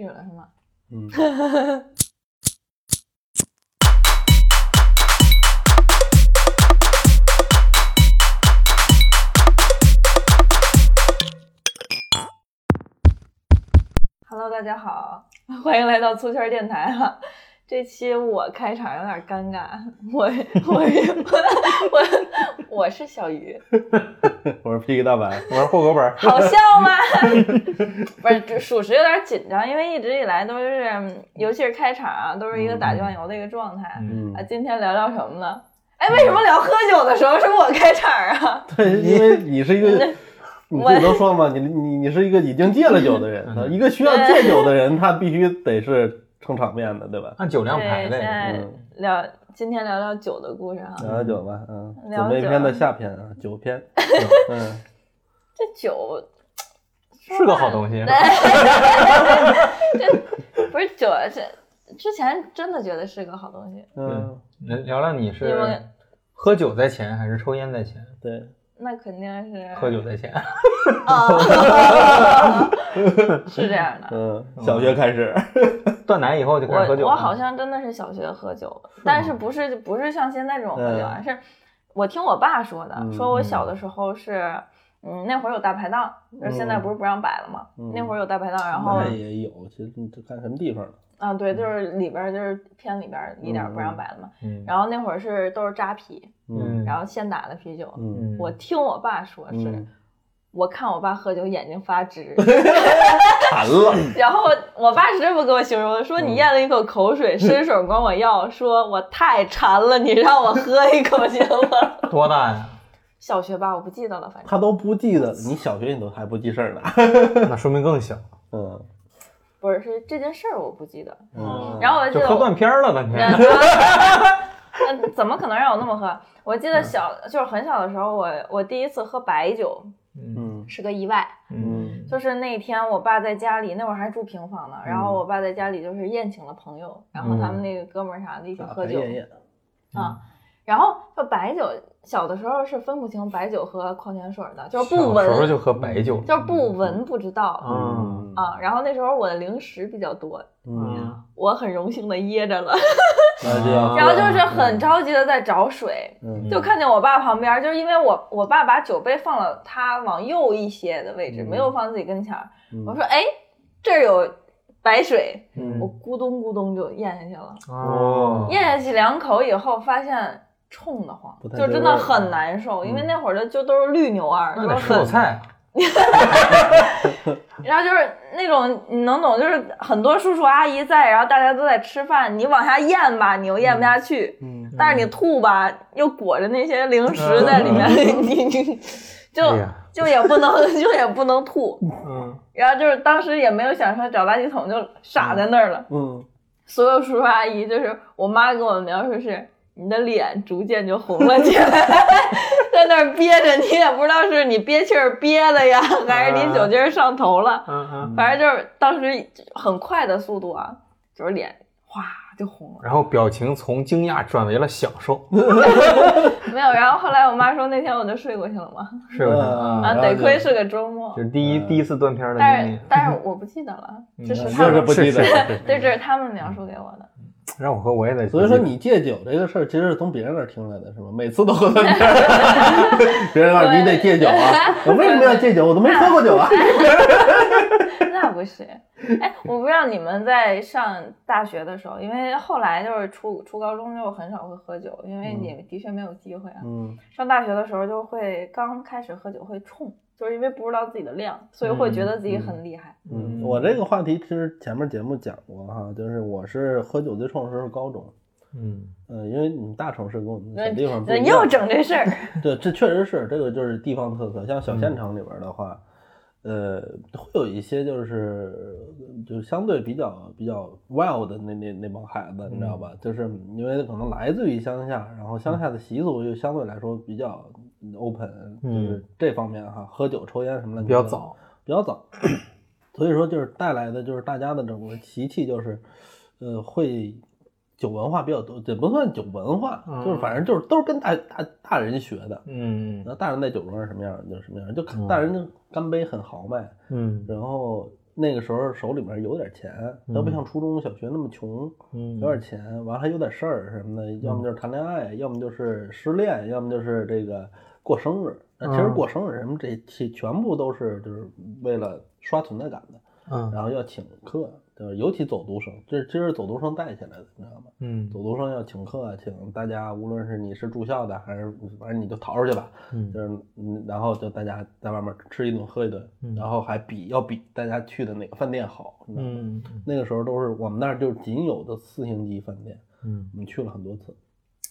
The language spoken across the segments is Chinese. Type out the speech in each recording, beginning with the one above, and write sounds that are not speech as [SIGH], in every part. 有了是吗？嗯， Hello，大家好，欢迎来到粗圈电台啊！这期我开场有点尴尬，我我我我是小鱼，我是 Pig 大白，我是户口本儿。好笑 [LAUGHS] 吗？不是，这属实有点紧张，因为一直以来都是，嗯尤其是开场啊，都是一个打酱油的一个状态、嗯啊。，今天聊聊什么呢？哎，为什么聊喝酒的时候是我开场 [LAUGHS] 啊？对，因为你是一个，你嗯我自己能说吗？你你你是一个已经戒了酒的人，一个需要嗯戒酒的人，他必须得是撑场面的，对吧？按酒量排对，现的，在嗯聊今天聊聊酒的故事啊。聊聊酒吧，嗯，聊准备篇的下篇啊，酒 [LAUGHS] 篇，嗯，这酒是个好东西。哎 [LAUGHS] 这不是酒，这之前真的觉得是个好东西。嗯，来聊聊你你是们喝酒在前还是抽烟在前？嗯对，那肯定是喝酒在前， [LAUGHS] 啊， [LAUGHS] 是这样的。嗯，小学开始，断奶以后就开始喝我酒了。我好像真的是小学喝酒，但是不是不是像现在这种喝酒啊，是我听我爸说的，嗯说我小的时候是，嗯，那会儿有大排档，就是现在不是不让摆了吗？嗯那会儿有大排档，然后那也嗯有，其实你这看什么地方了，啊，对，就是里边儿就是偏里边儿一点儿不让摆了嘛。嗯，然后那会儿是都是扎啤，嗯然后现打的啤酒。嗯嗯我听我爸说是，嗯，我看我爸喝酒眼睛发 [LAUGHS] 直，馋了， [LAUGHS] 然后我爸是这么跟我形容的，嗯说你咽了一口口水，伸手管我要，说我太馋了，你让我喝一口行吗？ [LAUGHS] 多大呀？小学吧，我不记得了，反正他都不记得，你小学你都还不记事儿呢， [LAUGHS] 那说明更小。嗯不是是这件事儿我不记得。嗯，哦然后我就记嗯就得喝我，断片儿了，当天。 [LAUGHS] 那嗯怎么可能让我那么喝？我记嗯得小就是很小的时候，我我第一次喝白酒嗯嗯是个意外，嗯就是那天我爸在家里，那会儿还住平房呢，然嗯后我爸在家里就是宴请了朋友，然后他们那个哥们儿啥的一起喝酒，艳艳啊，然后就白酒，小的时候是分不清白酒和矿泉水的，就是不小时候闻，就喝白酒，就是不闻不知道、嗯啊。然后那时候我的零食比较多，嗯，我很荣幸的噎着了，那就要然后就是很着急的在找水。啊嗯就看见我爸旁边，就是因为我我爸把酒杯放了他往右一些的位置，嗯没有放自己跟前儿。嗯我说：“哎，这儿有白水。”嗯我咕咚咕咚就咽下去了，哦，咽下去两口以后，发现冲得慌不，太就对真味的儿嗯很难受，因为那会儿的就都是绿牛二，那就得是吃口很，菜。啊然后就是那种你能懂，就是很多叔叔阿姨在，然后大家都在吃饭，你往下咽吧，你又咽不下去，嗯但是你吐吧，又裹着那些零食在里面，嗯你你就哎呀就也不能 [LAUGHS] 就也不能吐，嗯，然后就是当时也没有想说找垃圾桶，就傻在那儿了。嗯，所有叔叔阿姨，就是我妈跟我描述是，你的脸逐渐就红了起来， [LAUGHS] 在那儿憋着，你也不知道是你憋气儿憋的呀，还是你酒劲儿上头啊了，嗯嗯。反正就是当时很快的速度啊，就是脸哗就红了，然后表情从惊讶转为了享受，嗯没有。然后后来我妈说那天我就睡过去了嘛，是不是？啊，嗯然后得就亏是个周末就，是第一第一次断片儿的但经历是，但是我不记得 [LAUGHS] 了，这是嗯他又是们不记得是了，对，这是他们描述给我的。让我喝我也得。所以说你戒酒这个事儿，其实是从别人那儿听来的，是吗？每次都喝断片 [LAUGHS] 儿， [LAUGHS] 别人告诉你得戒酒啊，我为什么要戒酒？我都没喝过酒啊。 [LAUGHS] 那不是，哎，我不知道你们在上大学的时候，因为后来就是初初高中就很少会喝酒，因为你的确没有机会啊。嗯上大学的时候就会刚开始喝酒会冲，就是因为不知道自己的量，所以会觉得自己很厉害。嗯，我这个话题其实前面节目讲过哈，就是我是喝酒最冲的时候是高中，嗯嗯，因为你们大城市跟我们小地方不一嗯样，又整这事儿， [LAUGHS] 对，这确实是这个就是地方特色。像小嗯县城里边儿的话，呃，会有一些就是就相对比较比较 wild 的那那那帮孩子，你知道嗯吧？就是因为可能来自于乡下，然后乡下的习俗又相对来说比较 open，、就是嗯这方面哈，喝酒、抽烟什么的比较早，比较早， [CLEARS THROAT] 所以说就是带来的就是大家的这种习气就是，呃，会酒文化比较多，也不算酒文化，就是反正就是都是跟大大大人学的。嗯然后大人在酒桌上什么样就是什么样，就看大人就干杯很豪迈，嗯然后那个时候手里面有点钱，都不像初中小学那么穷，嗯有点钱，完了还有点事儿什么的，要么就是谈恋爱，要么就是失恋，要么就是这个过生日。那其实嗯过生日什么这这全部都是就是为了刷存在感的，嗯然后要请客，就是尤其走读生，这这是走读生带起来的，你知道吗？嗯走读生要请客，请大家，无论是你是住校的还是反正你就逃出去吧，嗯就是嗯，然后就大家在外面吃一顿喝一顿，嗯然后还比要比大家去的哪个饭店好。你知道吗，嗯那个时候都是我们那儿就是仅有的四星级饭店，嗯我们去了很多次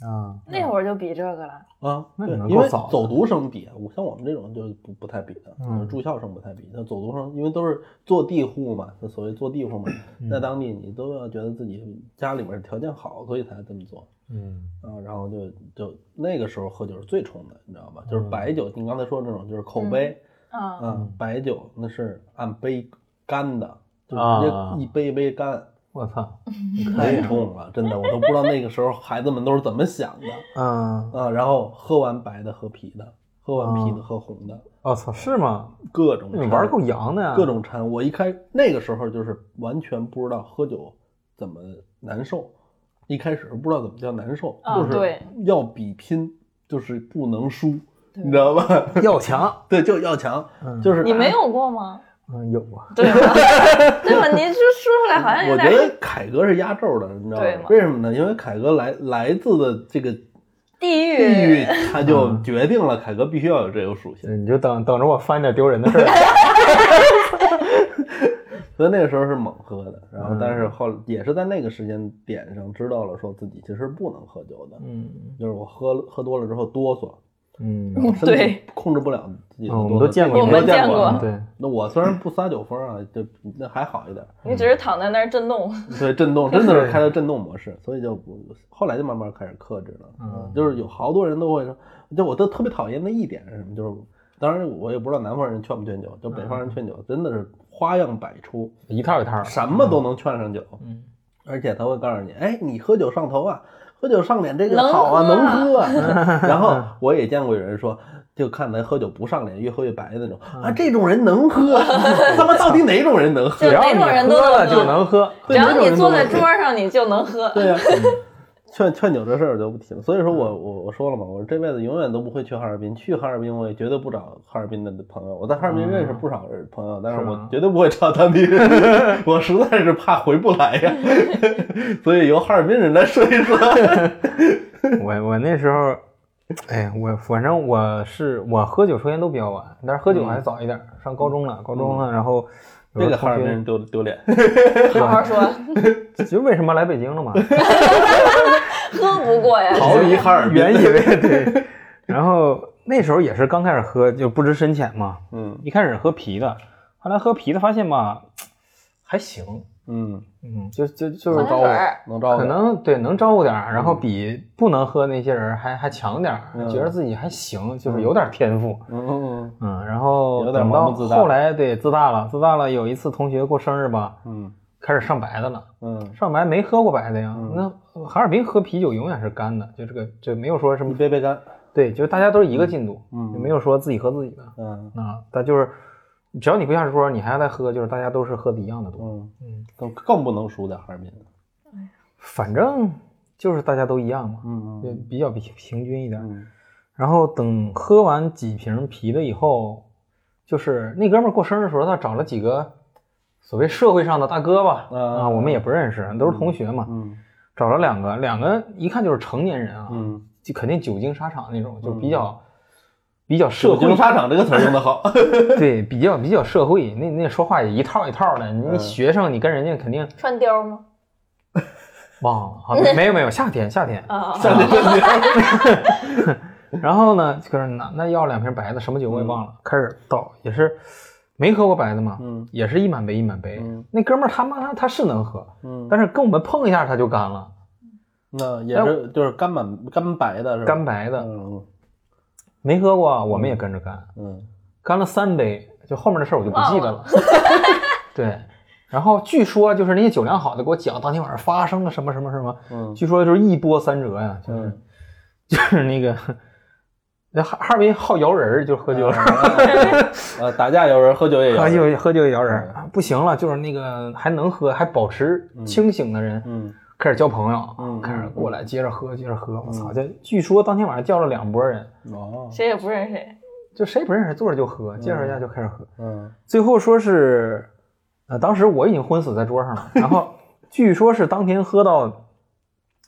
啊，那会儿就比这个了，啊。那对你们因够为早的走读生比，啊我像我们这种就不不太比的，嗯住校生不太比。那走读生因为都是坐地户嘛，就所谓坐地户嘛，嗯在当地你都要觉得自己家里面条件好，所以才这么做。嗯啊，然后就就那个时候喝酒是最冲的，你知道吗？嗯就是白酒，你刚才说这种就是口碑，嗯，啊，白酒那是按杯干的，就直啊接一杯一杯干，我操，太冲了，真的，我都不知道那个时候孩子们都是怎么想的嗯，啊。然后喝完白的喝啤的，喝完啤的啊喝红的，我操，是吗？各种你们掺玩够洋的呀，各种掺。我一开那个时候就是完全不知道喝酒怎么难受，一开始不知道怎么叫难受，啊就是对要比拼，就是不能输，对你知道吧？ [LAUGHS] 要强，对，就要强，嗯就是你没有过吗？嗯，有啊，对 [LAUGHS] 吧？对吧？你说说出来好像有我点觉得凯哥是压轴的，你知道哎对吗嘛？为什么呢？因为凯哥来来自的这个地地狱。域，他嗯就决定了凯哥必须要有这个属性。你就等等着我翻点丢人的事儿。所以那个时候是猛喝的，然后嗯但是后也是在那个时间点上知道了，说自己其实不能喝酒的， [LAUGHS] 嗯就是我喝了喝多了之后哆嗦，嗯，然后身体对控制不了自己的嗯哆嗦。我们都见过你我们们都见过过啊。对，那我虽然不撒酒疯啊，就那还好一点。你只是躺在那儿震动， [LAUGHS] 对，震动真的是开了震动模式，所以就不后来就慢慢开始克制了。嗯就是有好多人都会说，就我都特别讨厌的一点是什么，就是当然我也不知道南方人劝不劝酒，就北嗯方人劝酒真的是花样百出，一套一套。什么都能劝上酒，嗯而且他会告诉你，哎，你喝酒上头啊，喝酒上脸这个能好啊，喝能啊喝 [LAUGHS] 啊。然后我也见过有人说，就看咱喝酒不上脸，越喝越白的那种嗯啊，这种人能喝， [LAUGHS] 他妈到底哪种人能喝？只就要哪你种人都喝了就能喝，能喝。只要对哪种人你都坐在能喝桌上，你就能 [LAUGHS] 喝。对呀、嗯劝劝酒这事儿我就不提了。所以说我我我说了嘛，我这辈子永远都不会去哈尔滨，去哈尔滨我也绝对不找哈尔滨的朋友。我在哈尔滨认识不少人朋友，但是啊是我吗绝对不会找当地 [LAUGHS] 人，我实在是怕回不来呀。 [LAUGHS] 所以由哈尔滨人来说 [LAUGHS] 一说。我我那时候，哎呀，我反正我是我喝酒抽烟都比较晚，但是喝酒还早一点，上高中了，高中了，然后有这的个哈同尔滨学人丢丢脸，好好说，就为什么来北京了嘛？ [LAUGHS] 喝不过呀。逃离哈尔滨。原以 [LAUGHS] 为对，然后那时候也是刚开始喝，就不知深浅嘛，嗯一开始喝啤的，后来喝啤的发现吧，还行，嗯，嗯，就就就矿是泉水儿，能招可能对能招呼点儿，然后比不能喝那些人还还强点儿，嗯觉得自己还行，就是有点天赋。嗯嗯嗯，然后有点等盲到目自大后来对自大了，自大了。有一次同学过生日吧，嗯开始上白的了，嗯上白没喝过白的呀。嗯那哈尔滨喝啤酒永远是干的，就这个就没有说什嗯，一么杯杯干。对，就是大家都是一个进度，嗯也没有说自己喝自己的嗯啊。但就是只要你不下桌，你还要再喝，就是大家都是喝的一样的多。嗯，嗯，更更不能输在哈尔滨。反正就是大家都一样嘛，嗯就比较平平均一点。嗯然后等喝完几瓶啤的以后，就是那哥们儿过生日的时候，他找了几个所谓社会上的大哥吧，啊啊，我们也不认识，都是同学嘛，嗯找了两个，两个一看就是成年人啊，嗯，就肯定久经沙场那种，就嗯比较比较社久会经，沙场这个词儿用的好。 [LAUGHS] 对，比较比较社会，那那说话也一套一套的，你嗯学生你跟人家肯定穿貂吗？忘了，好 [LAUGHS] 没没有没有，夏天夏天，啊，嗯然后呢，就是那那要两瓶白的，什么酒我也忘了，开始倒，也是没喝过白的嘛，嗯也是一满杯一满杯。嗯那哥们儿他妈他是能喝，嗯，但是跟我们碰一下他就干了，那也是就是干满干白的是吧？干白的嗯没喝过，我们也跟着干，嗯干了三杯，就后面的事儿我就不记得了。 [LAUGHS] [LAUGHS] 对，然后据说就是那些酒量好的给我讲当天晚上发生了什么什么什么，嗯 [LAUGHS] 据说就是一波三折呀、就是、嗯就是那个那哈哈尔滨好摇人儿，就是喝酒，呃，打架有人，喝酒也有嗯喝人，酒喝酒也摇人儿，啊不行了，就是那个还能喝还保持清醒的人，嗯，开始交朋友，嗯开始过来接着喝接着喝，我操！这据说当天晚上叫了两拨人，哦，谁也不认识谁。就谁也不认识，坐着就喝，介绍一下就开始喝，嗯最后说是，呃，当时我已经昏死在桌上了，然 [LAUGHS] 后据说是当天喝到，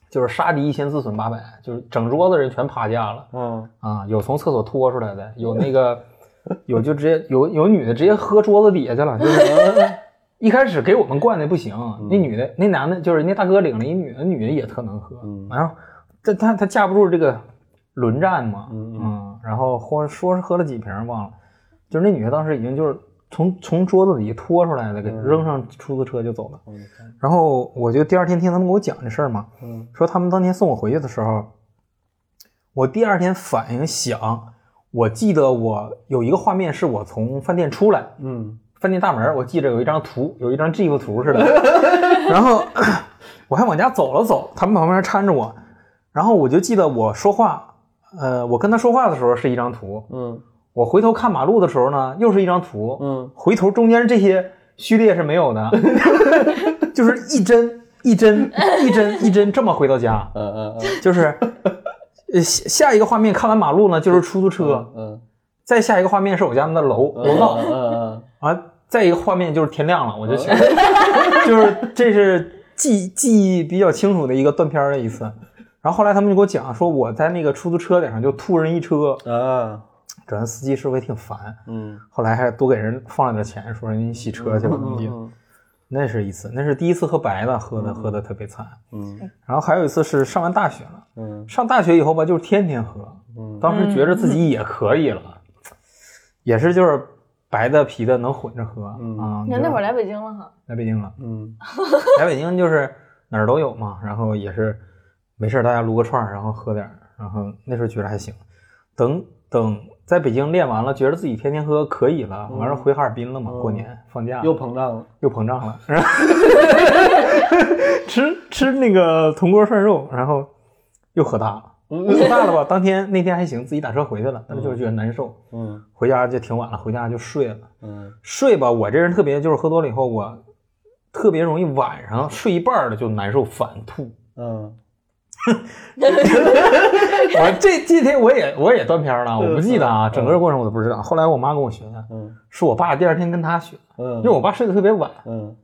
就是杀敌一千自损八百，就是整桌子人全趴下了嗯，啊，有从厕所拖出来的，有那个有就直接有有女的直接喝桌子底下去了，就是 [LAUGHS] 一开始给我们灌的不行，嗯那女的那男的就是那大哥领了一女的，女的也特能喝，嗯然后但他他架不住这个轮战嘛，嗯嗯然后或说是喝了几瓶忘了，就是那女的当时已经就是从从桌子底下拖出来的，给嗯扔上出租车就走了。然后我就第二天听他们给我讲这事儿嘛，嗯说他们当天送我回去的时候，我第二天反应想，我记得我有一个画面是我从饭店出来，嗯饭店大门儿，我记着有一张图，有一张 GIF 图似的。 [LAUGHS] 然后 [CLEARS THROAT] 我还往家走了走，他们旁边搀着我，然后我就记得我说话，呃，我跟他说话的时候是一张图，嗯我回头看马路的时候呢，又是一张图，嗯回头中间这些序列是没有的， [LAUGHS] 就是一帧一帧一帧一帧这么回到家，嗯嗯就是。呃，下下一个画面看完马路呢，就是出租车；嗯再下一个画面是我家门的楼楼道，嗯啊，再一个画面就是天亮了，我就醒了， [LAUGHS] 就是这是记记忆比较清楚的一个断片儿的一次。然后后来他们就给我讲说，我在那个出租车顶上就吐人一车，嗯啊，主要司机师傅也挺烦，嗯，后来还多给人放了点钱，说你洗车去吧，嗯你那是一次，那是第一次喝白的，喝的喝的特别惨。嗯然后还有一次是上完大学了，嗯上大学以后吧，就是天天喝，嗯当时觉着自己也可以了，也是就是白的啤的能混着喝嗯啊。那那会儿来来北京了哈，来北京了。嗯来北京就是哪儿都有嘛，然后也是没事儿大家撸个串儿，然后喝点儿，然后那时候觉得还行。等等，在北京练完了，觉得自己天天喝可以了，完了回哈尔滨了嘛，过年放假嗯又膨胀了，又膨 [LAUGHS] 胀了，然后吃吃那个铜锅涮肉，然后又喝 [LAUGHS] 大了，喝大了吧？当天那天还行，自己打车回去了，但是就是觉得难受，嗯回家就挺晚了，回家就睡了。嗯睡吧，我这人特别就是喝多了以后，我特别容易晚上睡一半儿了就难受反吐。嗯我这这天我也我也断片儿了，我不记得啊，整个过程我都不知道。后来我妈跟我学的，嗯是我爸第二天跟他学，嗯，因为我爸睡得特别晚。嗯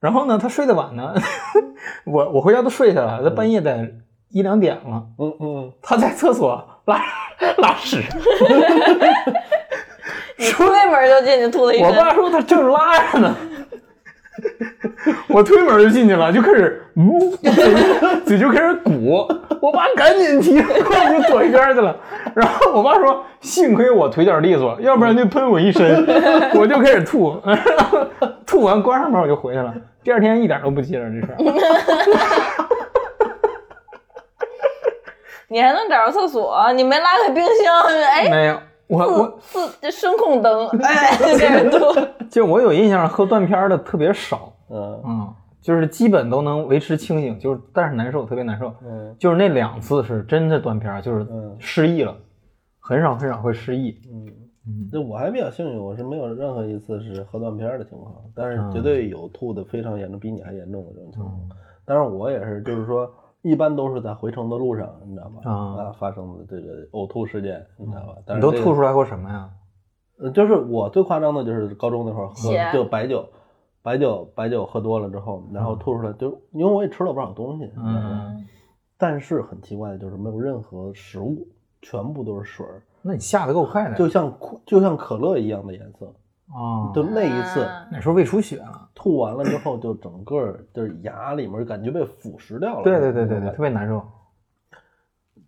然后呢，他睡得晚呢， [LAUGHS] 我我回家都睡去了，他半夜得一两点了，嗯嗯他在厕所拉拉屎。 [LAUGHS] 你推门就进去吐了一身。我爸说他正拉着呢，我推门就进去了，就开始呜，嘴就开始鼓，我爸赶紧提 [LAUGHS] 着筷子就躲一边去了。然后我爸说，幸亏我腿脚利索，要不然就喷我一身， [LAUGHS] 我就开始吐，吐完关上门我就回去了。第二天一点都不记着这事儿，你还能找着厕所？你没拉开冰箱？哎，没有。我我自这声控灯， [LAUGHS] 哎，就这样吐。就我有印象，喝断片儿的特别少，嗯嗯，就是基本都能维持清醒，就是但是难受，特别难受。嗯就是那两次是真的断片儿，就是嗯失忆了，很少很少会失忆。嗯。嗯，那我还比较幸运，我是没有任何一次是喝断片儿的情况，但是绝嗯对有吐的非常严重，比你还严重的这种情况。但是我也是，就是说，一般都是在回程的路上，你知道吧？啊嗯啊，发生的这个呕吐事件，你知道吧？但你是都这个吐出来过什么呀？呃，就是我最夸张的就是高中那会儿喝血就白酒，白酒白酒喝多了之后，然后吐出来，就因为我也吃了不少东西，你知道吧，嗯，但是很奇怪的就是没有任何食物，全部都是水儿，那你下的够快的，就像苦就像可乐一样的颜色。啊，就那一次啊那时候胃出血了，吐完了之后，就整个儿就是牙里面感觉被腐蚀掉了。对对对对那种感对，特觉。别难受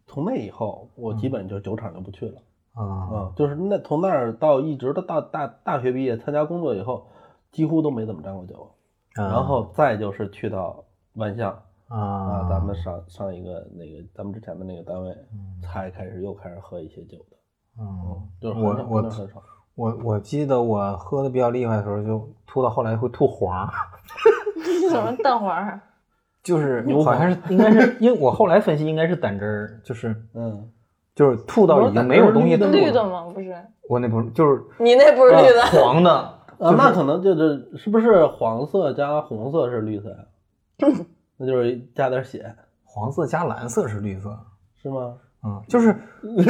从那以后，我嗯基本就酒厂就不去了。啊。啊，就是那从那儿到一直到大大大学毕业参加工作以后，几乎都没怎么沾过酒。嗯然后再就是去到万象啊，啊，咱们嗯上上一个那个咱们之前的那个单位，才开始又开始喝一些酒的，嗯，就是我很少我很少很少。我我记得我喝的比较厉害的时候，就吐到后来会吐黄，什么蛋黄？就是牛 [LAUGHS] 好像是应该是，因为我后来分析应该是胆汁儿，就是嗯就是吐到已经没有东西不是吐绿的了。吗？不是，我那不是就是你那不是绿呃的，黄的，啊，就是那可能就是是不是黄色加红色是绿色呀？那就是加点血黄色加蓝色是绿色，是吗？嗯，就是你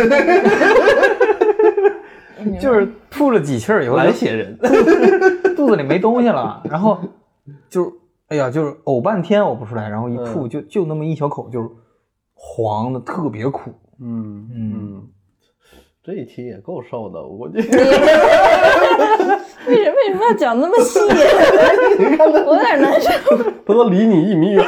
们就是吐了几气儿以后，蓝血人， [LAUGHS] [LAUGHS] 肚子里没东西了，然后就是哎呀，就是呕半天呕不出来，然后一吐就就那么一小口，就是黄的，特别苦。嗯嗯嗯，这一期也够瘦的，我这为什为什么要讲那么细？ [LAUGHS] 我有点难受，不都离你一米远？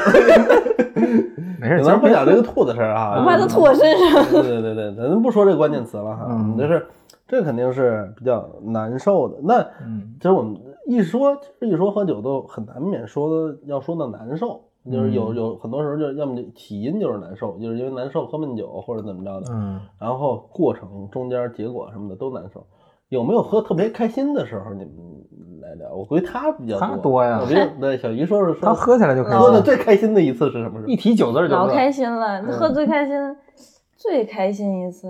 没事，咱不讲讲这个兔子事儿啊，我怕它吐我身上。对对对对，咱不说这个关键词了哈，嗯就是这肯定是比较难受的。那嗯其实我们一说一说喝酒都很难免说要说到难受，就是有嗯有很多时候就要么就起因就是难受，就是因为难受喝闷酒或者怎么着的，嗯，然后过程中间结果什么的都难受。有没有喝特别开心的时候？你们来聊，我估计他比较他多呀我觉得对小鱼说说说，他喝起来就开喝的心，最开心的一次是什么时候？一提酒字儿就老乐开心了，嗯喝最开心，最开心一次，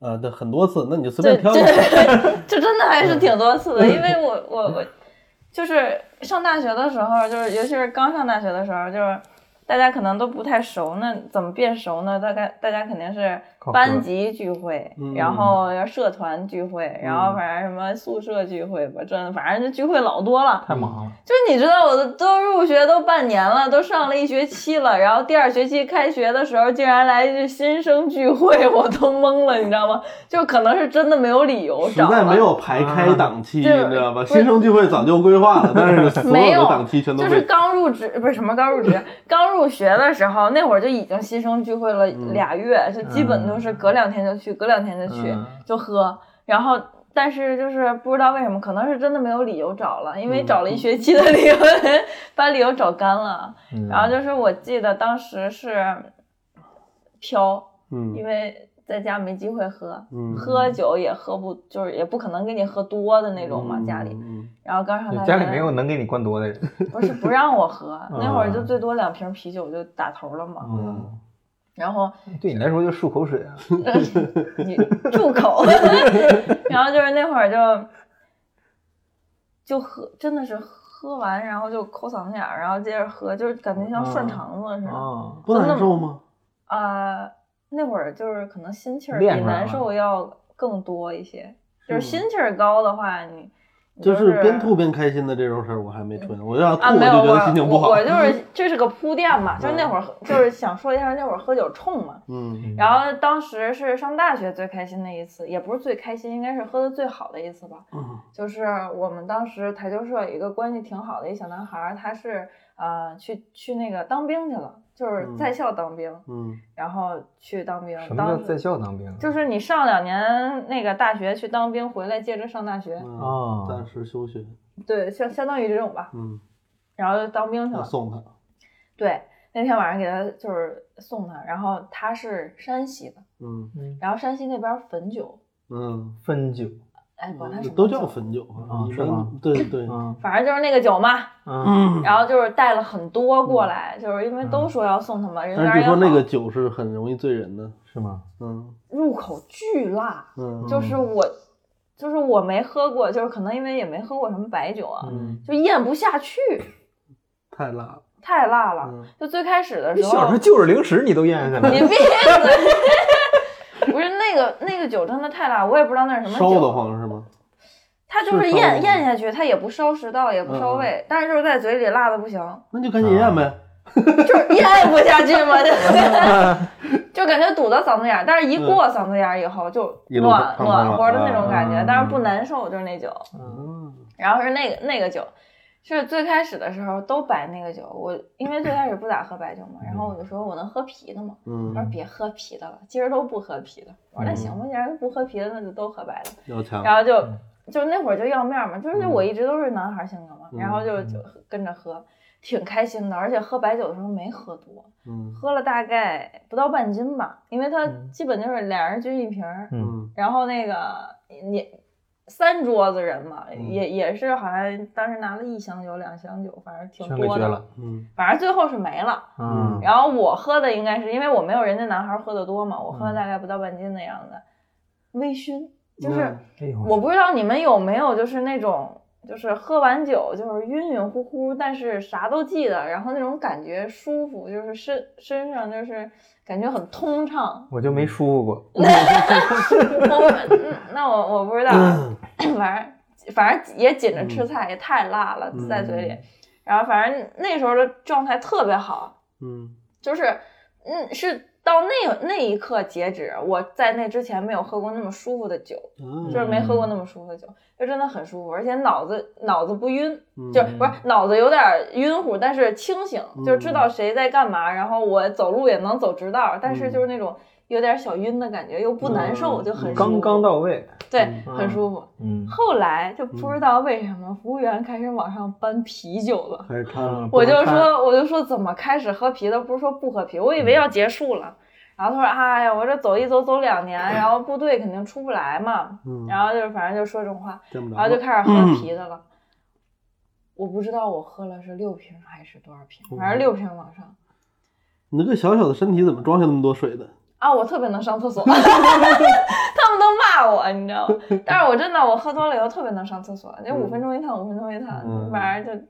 啊，对，很多次，那你就随这便这挑一个。这真的还是挺多次嗯的，因为我我我就是上大学的时候，就是尤其是刚上大学的时候，就是大家可能都不太熟，那怎么变熟呢？大概大家肯定是靠班喝级聚会嗯，然后社团聚会，然后反正什么宿舍聚会吧，真的反正就聚会老多了。太忙了，就是你知道，我都都入学都半年了，都上了一学期了，然后第二学期开学的时候，竟然来一句新生聚会，我都懵了，你知道吗？就可能是真的没有理由实找在了，没有排开档期，啊你知道吧？就是新生聚会早就规划 [LAUGHS] 了，但是所没有有的档期全都就被。是刚入职不是什么刚入职，刚入学的时候，那会儿就已经新生聚会了俩月，就基本都是隔两天就去，隔两天就去、嗯就喝，然后。但是就是不知道为什么，可能是真的没有理由找了，因为找了一学期的理由， [LAUGHS] 把理由找干了。嗯然后就是我记得当时是飘，因嗯为在家没机会喝，嗯，喝酒也喝不，就是也不可能给你喝多的那种嘛，家里。嗯然后刚上大学，家里没有能给你灌多的人，不是不让我喝，嗯那会儿就最多两瓶啤酒就打头了嘛。嗯，然后对你来说就漱口水啊，你住口， [LAUGHS] 然后就是那会儿就就喝，真的是喝完然后就抠嗓子眼儿，然后接着喝，就是感觉像嗯涮肠子似的。 [LAUGHS] 哦啊，不难受吗？啊，那会儿就是可能心气儿比练出来难了受要更多一些，就是是心吗气儿高的话，你你嗯就是是边吐边开心的这种事儿，我还没出现。我要吐啊，我就没有觉我得心情不我好。我就是这是个铺垫嘛，就是那会儿喝就是想说一下那会儿喝酒冲嘛， [LAUGHS] 嗯然后当时是上大学最开心的一次，也不是最开心，应该是喝的最好的一次吧。嗯就是我们当时台球社有一个关系挺好的一小男孩儿，他是呃去去那个当兵去了，就是嗯在校当兵，嗯然后去当兵。什么当叫时在校当兵啊？就是你上两年那个大学去当兵，回来接着上大学，嗯啊暂时休学。对，相相当于这种吧，嗯，然后就当兵去要了。哦送他。对，那天晚上给他就是送他，然后他是山西的，嗯然后山西那边儿汾酒，嗯，分酒哎，管他什么哦都叫酒汾酒啊一是吗般对对。啊反正就是那个酒嘛，啊，嗯，然后就是带了很多过来，就是因为都说要送他们，人嗯但缘是也据好说。那个酒是很容易醉人的。是吗？嗯入口巨辣，嗯就是我，就是我没喝过，就是可能因为也没喝过什么白酒啊，嗯，就咽不下去，太辣了。太辣了。嗯就最开始的你时候，小时候就是零食你都咽下去你了，闭嘴！ [LAUGHS] 不是那个那个酒真的太辣，我也不知道那是什么烧得酒，啊慌是吗？它就是是烧咽的咽下去，它也不烧食道，也不烧嗯嗯胃，但是就是在嘴里辣的不行，那就赶紧啊咽呗。 [LAUGHS] 就是咽不下去嘛， [LAUGHS] 就就感觉堵到嗓子眼儿，但是一过嗓子眼儿以后就嗯一路暖胖暖和的那胖种了啊感觉嗯，但是不难受，就是那酒。嗯然后是那个那个酒，是最开始的时候都白那个酒，我因为最开始不咋喝白酒嘛，然后我就说我能喝啤的吗？他说嗯，别喝啤的了，今儿都不喝啤的。我说那嗯行吧，既然都不喝啤的，那就都喝白的。要强。然后就就那会儿就要面儿嘛，就是嗯我一直都是男孩儿性格嘛，然后就就跟着喝，挺开心的，而且喝白酒的时候没喝多，嗯喝了大概不到半斤吧，因为它基本就是两人均一瓶儿，嗯嗯然后那个你三桌子人嘛，也也是好像当时拿了一箱酒、两箱酒，反正挺全给多撅的，了，嗯反正最后是没了。嗯然后我喝的应该是因为我没有人家男孩喝的多嘛，我嗯喝了大概不到半斤的样子，微醺。就是哎呦我不知道你们有没有就是那种就是喝完酒就是晕晕乎乎，但是啥都记得，然后那种感觉舒服，就是身身上就是感觉很通畅。 [LAUGHS] 我就没舒服过，嗯那我我不知道啊， [CLEARS THROAT] 反正反正也紧着吃菜，也太辣了嗯在嘴里，然后反正那时候的状态特别好，嗯就是，嗯，是到那那一刻截止。我在那之前没有喝过那么舒服的酒，嗯，就是没喝过那么舒服的酒，就真的很舒服，而且脑子脑子不晕，嗯就是不是脑子有点晕乎，但是清醒，就是知嗯道谁在干嘛，然后我走路也能走直道，但是就是那种有点小晕的感觉，又不难受，嗯就很舒服刚刚到位，对，嗯很舒服。嗯，后来就不知道为什么，服务员开始往上搬啤酒了。开始看了，我就说，我就说怎么开始喝啤的？不是说不喝啤，我以为要嗯结束了。然后他说：“哎呀，我这走一走走两 [LAUGHS] 年，然后部队肯定出不来嘛。嗯，然后就是反正就说这种话，见不然后就着，开始喝啤的了。我不知道我喝了是六瓶还是多少瓶，反正六瓶往上你这个小小的身体怎么装下那么多水的？啊！我特别能上厕 [LAUGHS] 所，他们都骂我，你知道吗？但是我真的我喝多了以后特别能上厕所，那五分钟一趟，五分钟一趟嗯，反正就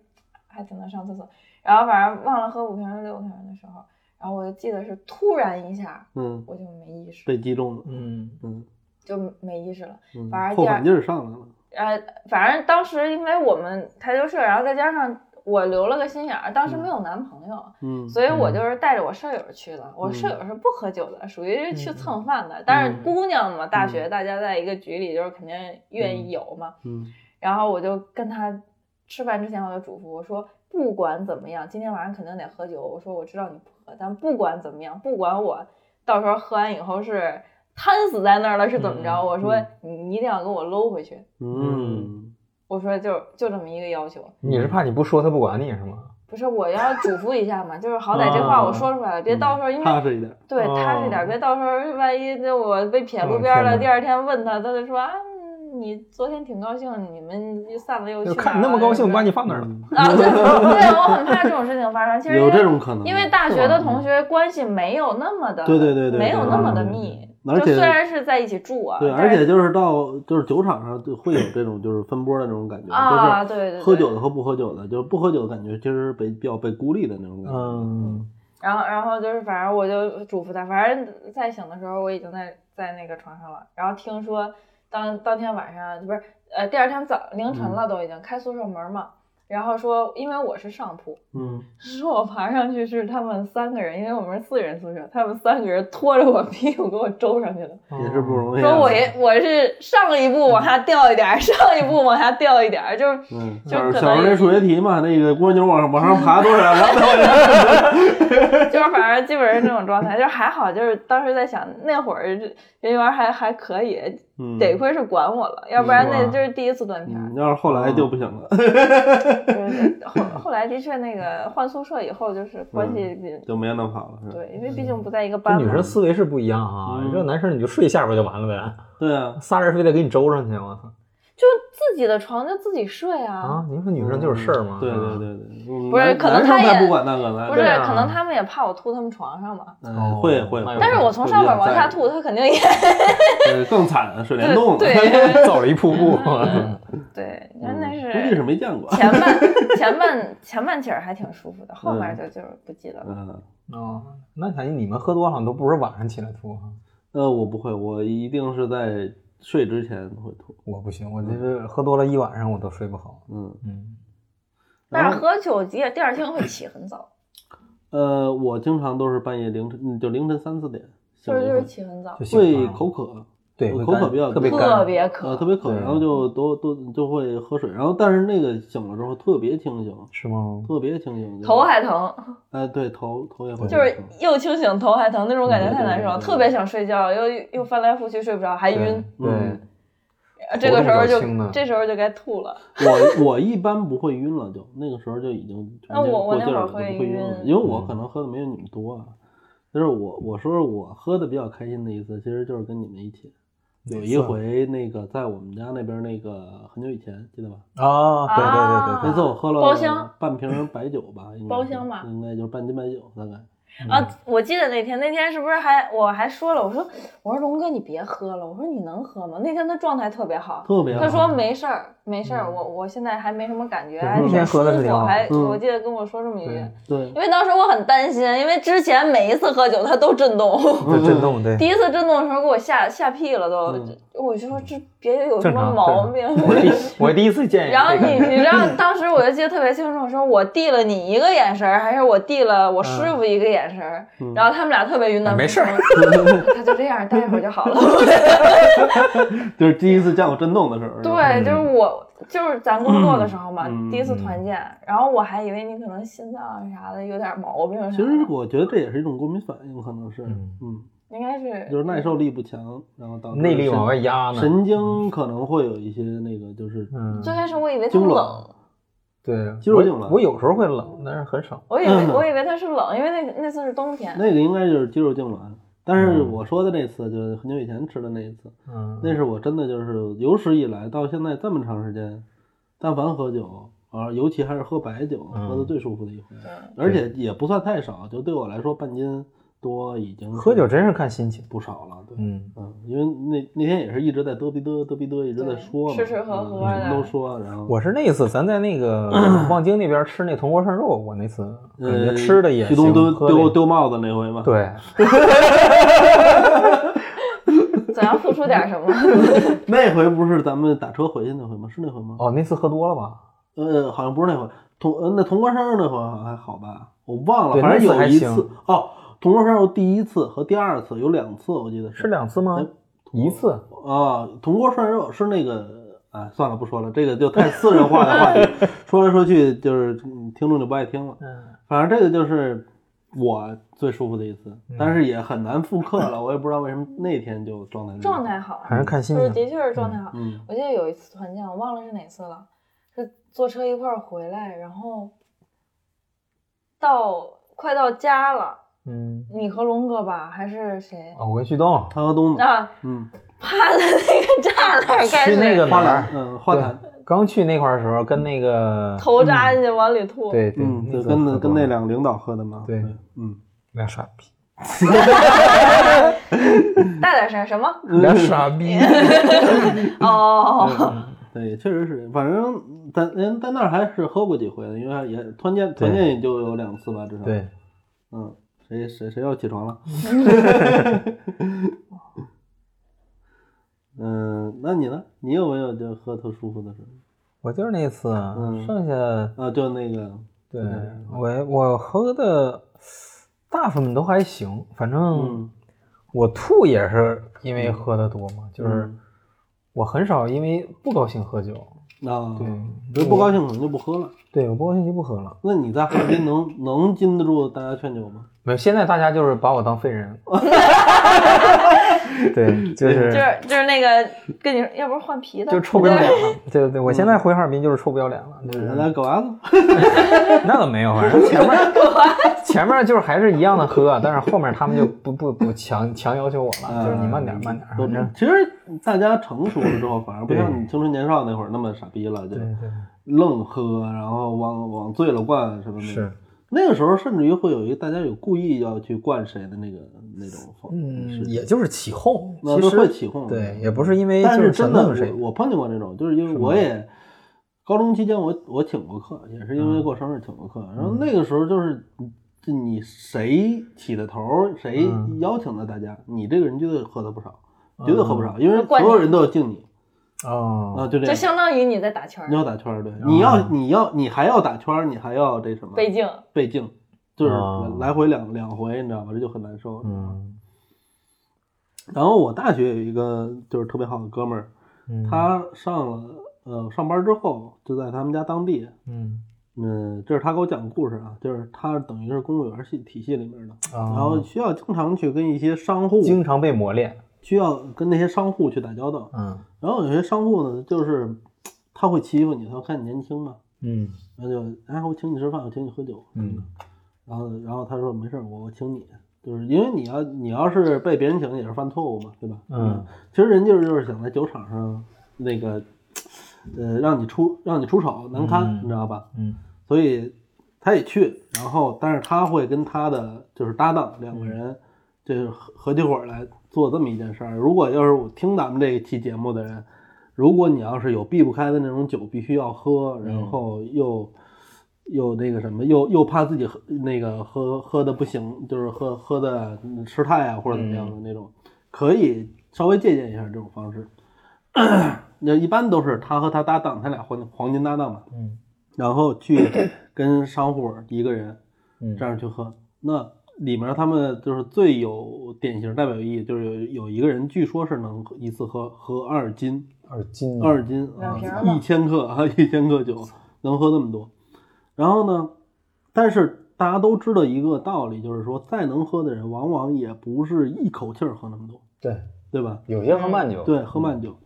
还挺能上厕所。然后反正忘了喝五瓶六瓶的时候，然后我就记得是突然一下嗯，我就没意识，被击中了，嗯，嗯，就没意识了。嗯反而后第二反劲儿上来了，呃，反正当时因为我们台球社，然后再加上我留了个心眼儿，当时没有男朋友，嗯，所以我就是带着我舍友去的。我舍友是不喝酒的，属于嗯去蹭饭的。但是姑娘嘛，大学大家在一个局里，就是肯定愿意有嘛。嗯然后我就跟他吃饭之前，我就嘱咐我说，不管怎么样，今天晚上肯定得喝酒。我说我知道你不喝，但不管怎么样，不管我到时候喝完以后是瘫死在那儿了是怎么着，嗯我说嗯你你一定要给我搂回去。嗯我说就就这么一个要求。你是怕你不说他不管你是吗？不是我要嘱咐一下嘛，就是好歹啊这话我说出来了，嗯别到时候因为踏实一点，对，踏实点儿，哦别到时候万一就我被撇哦路嗯边儿了，天哪第二天问他，他就说啊，嗯你昨天挺高兴，你们就散了又去就哪看儿你那么了高什兴，么把你放哪儿了？嗯啊， [LAUGHS] 对对，我很怕这种事情发生。其实因有为这种可能，因为大学的同学关系没有那么的，对对对对没有对那么的嗯密。而就且虽然是在一起住啊，对，但而且是就是到就是酒场上就会有这种就是分波的那种感觉，啊，就对对是对，喝酒的和不喝酒的，就是不喝酒的感觉其实被比较被孤立的那种感觉。嗯然后，然后就是，反正我就嘱咐他，反正在醒的时候，我已经在在那个床上了。然后听说当当天晚上不是呃第二天早凌晨了，都已经开宿舍门嘛。然后说，因为我是上铺，嗯说我爬上去是他们三个人，因为我们是四人宿舍，他们三个人拖着我屁股给我周上去了。嗯也是哦不容嗯易啊。说我也我是上一步往下掉一点儿，上一步往下掉一点儿，就是嗯，就小可能小时候那数学题嘛，那个蜗牛往上往上爬多少， [LAUGHS] 然后再往下。就是反正基本上这种状态，就是还好，就是当时在想那会儿这人缘还还可以，嗯，得亏是管我了，要不然那是吧就是第一次断片儿嗯，。要是后来就不行了， [LAUGHS] [LAUGHS] 就是后后来的确那个换宿舍以后，就是关嗯系比就没那么好了，是吧？对，因为毕竟不在一个这班女嘛。生思维是不一样啊，嗯你这男生你就睡下边就完了呗，对啊，仨人非得给你周上去，我操就自己的床就自己睡啊啊！。你说女生就是事儿啊嘛，对对对对，嗯不是男可能男生他才也不管那个呢，不是，对啊可能他们也怕我吐他们床上嘛。嗯哦会会，那会有但是我从上面往下有吐，他肯定 [LAUGHS] 也点在意，呃更惨，水帘洞了。对 [LAUGHS] [LAUGHS] 对，走了一瀑 [LAUGHS] 布， [LAUGHS] 对，嗯，那估计是是没见过。前半前半前半截儿还挺舒服的，后面就就是不记得了。嗯，哦，那感觉你们喝多了都不是晚上起来吐啊哈，呃，我不会，我一定是在睡之前会吐。我不行，我就是喝多了一晚上我都睡不好。嗯，嗯，但然是后喝酒急，第二天会起很早，呃，我经常都是半夜凌晨，嗯就凌晨三四点醒就一是就是回，起很早就，醒会了口渴，对，口会干渴比较特别多特干，别呃，渴，特别渴，对然后就都都就会喝水，然后但是那个醒了之后特别清醒，是吗？特别清醒，就是头还疼，哎对头头也会就是疼又清醒头还疼那种感觉太难受了，嗯对对对对特别想睡觉，又又翻来覆去睡不着，还晕，对嗯呃这个时候活动比就较轻的这时候就该吐了。我 [LAUGHS] 我一般不会晕了就，那个时候就已经那啊我我过那劲会儿儿了，就不会会晕了，晕因为嗯我可能喝的没有你们多啊。就是我我说说我喝的比较开心的一次，其实就是跟你们一起，有一回那个在我们家那边那个很久以前记得吧？啊，对对对对那啊次我喝了包厢半瓶白酒吧，应该是包厢吧应该就是半斤白酒大概。嗯啊！我记得那天，那天是不是还我还说了，我说我说龙哥你别喝了，我说你能喝吗？那天他状态特别好，特别好他说没事儿没事儿，我我现在还没什么感觉，嗯对还那挺天舒喝的是挺服，好还嗯我记得跟我说这么一句，对因为当时我很担心，因为之前每一次喝酒他都震动，对，震动对第。一次震动的时候给我吓吓屁了都，嗯这我就说这别有什正么常毛病。我第我第一次见 [LAUGHS] 然后 [LAUGHS] 这你，个你知道当时我就记得特别清楚，说我递了你一个眼神儿，还是我递了我师傅一个眼神儿，嗯然后他们俩特别云哎淡没风事轻儿， [LAUGHS] 他就这样待一会儿就好 [LAUGHS] 了。就是第一次见过震动的时候。是吧对，就是我，就是咱工作的时候嘛，嗯第一次团建，然后我还以为你可能心脏啊啥的有点毛病啥的，其实我觉得这也是一种过敏反应，可能是，嗯嗯，应该是就是耐受力不强，然后导致内力神往外压呢，神经可能会有一些那个，就是嗯，最开始我以为他经冷冷，对，肌肉硬了我我有时候会冷，但是很少。 [LAUGHS] 我以为、嗯我以为他是冷，因为那那次是冬天。那个应该就是肌肉痉挛。但是嗯我说的那次就是很久以前吃的那一次，嗯，那是我真的就是有史以来到现在这么长时间，但凡喝酒啊，尤其还是喝白酒，嗯喝的最舒服的一回，对而且也不算太少，就对我来说半斤多已经是喝酒真是看心情。不少了，对。嗯，嗯，因为那那天也是一直在嘚逼嘚嘚逼嘚，一直在对说嘛，吃吃喝嗯喝的什么都说，然后我是那一次咱在那 [CLEARS THROAT] 个望京那边吃那铜锅涮肉，我那次感觉呃吃的也旭东行，丢喝的丢也丢帽子那回嘛，，对，总要付出点 [LAUGHS] 什么。 [LAUGHS] 那回不是咱们打车回去那回吗？是那回吗？哦，那次喝多了吧？呃，好像不是那回，铜呃那铜锅烧肉那回好像还好吧，我忘了，对反正那次有还一行次哦，铜锅烧肉第一次和第二次有两次，我记得是两次吗哎？一次。啊，铜锅涮肉是那个，哎，算了，不说了，这个就太私人化的话 [LAUGHS] 题，说来说去就是嗯听众就不爱听了。嗯，反正这个就是我最舒服的一次，嗯但是也很难复刻了。我也不知道为什么那天就状态那样状，态好，还是看心就是情。的确是状态好。嗯我记得有一次团建，我忘了是哪次了，是坐车一块儿回来，然后到快到家了，嗯，你和龙哥吧，还是谁？哦，我跟旭东他和东子，啊，嗯，趴在那个栅栏儿开去始那个花哪坛，儿？嗯，花坛，刚去那块儿的时候，跟那个头扎进去往里吐。嗯对对，嗯，就次跟喝那跟多那了两个领导喝的嘛，对，嗯，俩傻逼，大点声，什 [LAUGHS] 么？嗯俩傻 [LAUGHS] 逼。哦，对，确实是，反正咱人在那儿还是喝过几回的，因为也团建团建也就有两次吧，至少， [LAUGHS] 对，嗯，谁谁谁要起床 [LAUGHS] 了？ [LAUGHS] 嗯，那你呢？你有没有就喝特舒服的时候？我就是那次啊，嗯剩下啊，就那个，对嗯我我喝的大部分都还行，反正嗯我吐也是因为喝的多嘛，就是嗯我很少因为不高兴喝酒。啊，对，觉得不高兴可能就不喝了。对我不高兴就不喝了。那你在哈尔滨能能禁得住大家劝酒吗？没有，现在大家就是把我当废 [LAUGHS] 人。对，就就是是就是那个跟你说，要不换皮的，就臭不要脸了。对对对，我嗯现在回哈尔滨就是臭不要脸了。就是来狗娃子，那倒没有，反正前面前面就是还是一样的喝，啊但是后面他们就不不不强强要求我了，就是你慢点慢点，嗯都反正啊其实大家成熟了之后，反而不对像你青春年少那会儿那么傻逼了，就对对愣喝，然后往往醉了灌什么的。对是，那个时候，甚至于会有一个大家有故意要去灌谁的那个那种方嗯式，，也就是起哄，那其都会实起哄。对，也不是因为但就是是真想的弄谁，我我碰见过这种，就是因为我也高中期间我我请过客，也是嗯因为过生日请过客，然后那个时候就是就你谁起的头儿，谁嗯邀请的大家，你这个人绝对喝的不少，绝对喝不少，因为所灌有你人都要敬你啊，嗯哦，就就这样。相当于你在打圈儿你，要打圈儿，对，你要你要你还要打圈儿，你还要这什么被敬。被敬，就是哦来回两两回，你知道吗？这就很难受。嗯然后我大学有一个就是特别好的哥们儿，嗯，他上了呃上班之后就在他们家当地，嗯，嗯，这是他给我讲的故事啊，就是他等于是公务员系体系里面的，然然后需要经常去跟一些商户，哦经常被磨练，需要跟那些商户去打交道，嗯然后有些商户呢就是他会欺负你，他看你年轻嘛，嗯然后就哎我请你吃饭，我请你喝酒，嗯然后然后他说没事儿，我我请你，就是因为你要你要是被别人请也是犯错误嘛，对吧？嗯，其实人就是就是想在酒场上那个，呃，让你出让你出丑难堪，嗯你知道吧？嗯，所以他也去，然后但是他会跟他的就是搭档两个人，就是合合起伙儿来做这么一件事儿。如果要是我听咱们这一期节目的人，如果你要是有避不开的那种酒，必须要喝，然后又。又那个什么，又又怕自己喝那个喝喝的不行，就是喝喝的失态啊，或者怎么样的那种，可以稍微借鉴一下这种方式。 [COUGHS] 那一般都是他和他搭档，他俩黄黄金搭档嘛，嗯，然后 [CLEARS THROAT] 去跟商户一个人嗯这样去喝。那里面他们就是最有典型代表意义，就是有有一个人据说是能一次喝喝二斤，二斤啊，二斤两啊瓶儿，吧一千克啊， [LAUGHS] 一千克酒能喝那么多。然后呢，但是大家都知道一个道理，就是说再能喝的人，往往也不是一口气儿喝那么多，对，对吧？有些喝慢酒，对，喝慢酒。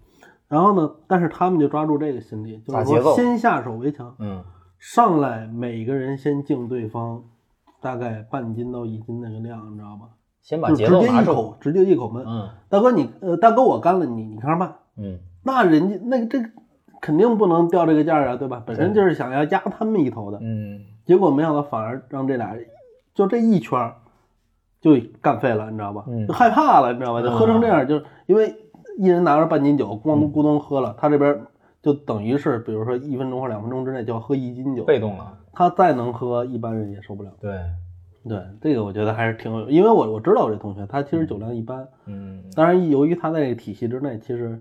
然后呢，但是他们就抓住这个心理，就打是节奏说先下手为强，嗯，上来每个人先敬对方大概半斤到一斤那个量，你知道吧？先把就节直奏接拿一住，口，直接一口闷。嗯大哥你呃，大哥我干了，你你看着办。嗯，那人家那个这个肯定不能掉这个价儿啊，对吧？本身就是想要压他们一头的，嗯，结果没想到反而让这俩人就这一圈儿就干废了，你知道吧？嗯就害怕了，你知道吧？就喝成这样，就是因为一人拿着半斤酒，嗯咣咚咕咚喝了，他这边就等于是，比如说一分钟或两分钟之内就要喝一斤酒，被动了，他再能喝，一般人也受不了。对，对，这个我觉得还是挺有，因为我我知道我这同学，他其实酒量一般，嗯，当然，由于他在这个体系之内，其实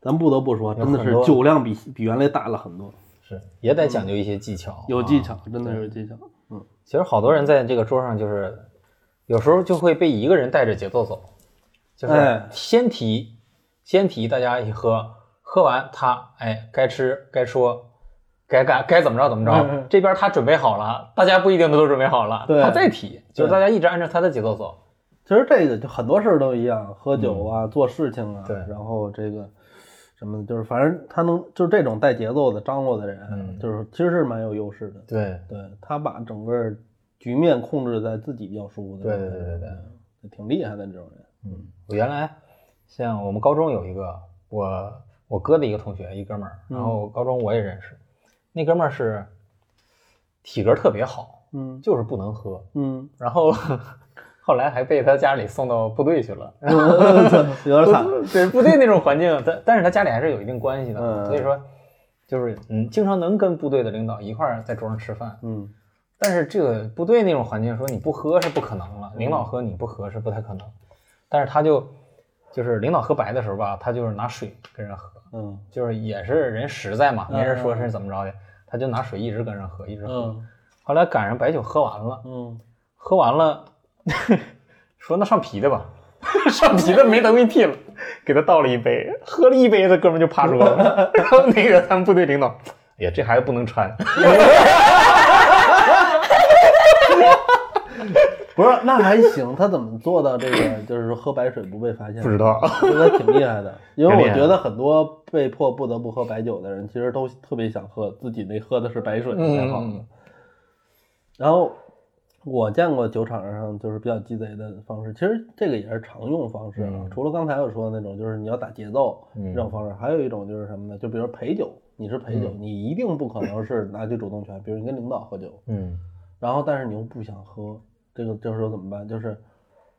咱不得不说，有真的很是多酒量比比原来大了很多，是也得讲究一些技巧，嗯有啊技巧，真的有技巧。嗯，其实好多人在这个桌上就是，有时候就会被一个人带着节奏走，就是哎先提，先提，大家一起喝，喝完他哎该吃该说，该干该怎么着怎么嗯着嗯，这边他准备好了，大家不一定都准备好了，对他再提，就是大家一直按照他的节奏走，其实这个就很多事儿都一样，喝酒啊，做事情啊，对然后这个什么，就是反正他能就是这种带节奏的、张罗的人，嗯就是其实是蛮有优势的。对对他把整个局面控制在自己比较舒服的对状态，对对对对，对，挺厉害的这种人。嗯，我原来像我们高中有一个我我哥的一个同学，一哥们儿，然后我高中我也认识，那哥们儿是体格特别好。嗯就是不能喝，嗯，然后 [LAUGHS] 后来还被他家里送到部队去了。 [LAUGHS] 嗯 [LAUGHS] 有点惨。对部队那种环境，但但是他家里还是有一定关系的，嗯所以说就是嗯，经常能跟部队的领导一块儿在桌上吃饭。嗯，但是这个部队那种环境，说你不喝是不可能了，领导喝你不喝是不太可能。但是他就就是领导喝白的时候吧，他就是拿水跟人喝，嗯就是也是人实在嘛，嗯没人说是怎么着的，他就拿水一直跟人喝，一直喝。嗯后来赶上白酒喝完了，嗯，喝完了， [LAUGHS] 说那上啤的吧， [LAUGHS] 上啤的没等一替了，给他倒了一杯，喝了一杯，这哥们就趴桌子 [LAUGHS] 了。然后那个咱们部队领导，哎呀，这孩子不能穿，不是，那还行。他怎么做到这 [COUGHS] 个，就是说喝白水不被发现？不知道。我觉得挺厉害的，因为挺我厉害觉得很多被迫不得不喝白酒的人，其实都特别想喝自己那喝的是白水才好。嗯然后我见过酒场上就是比较鸡贼的方式，其实这个也是常用方式啊。嗯除了刚才我说的那种，就是你要打节奏嗯这种方式，还有一种就是什么呢？就比如陪酒，你是陪酒，你一定不可能是拿起主动权，比如你跟领导喝酒，嗯然后但是你又不想喝，这个这时候怎么办？就是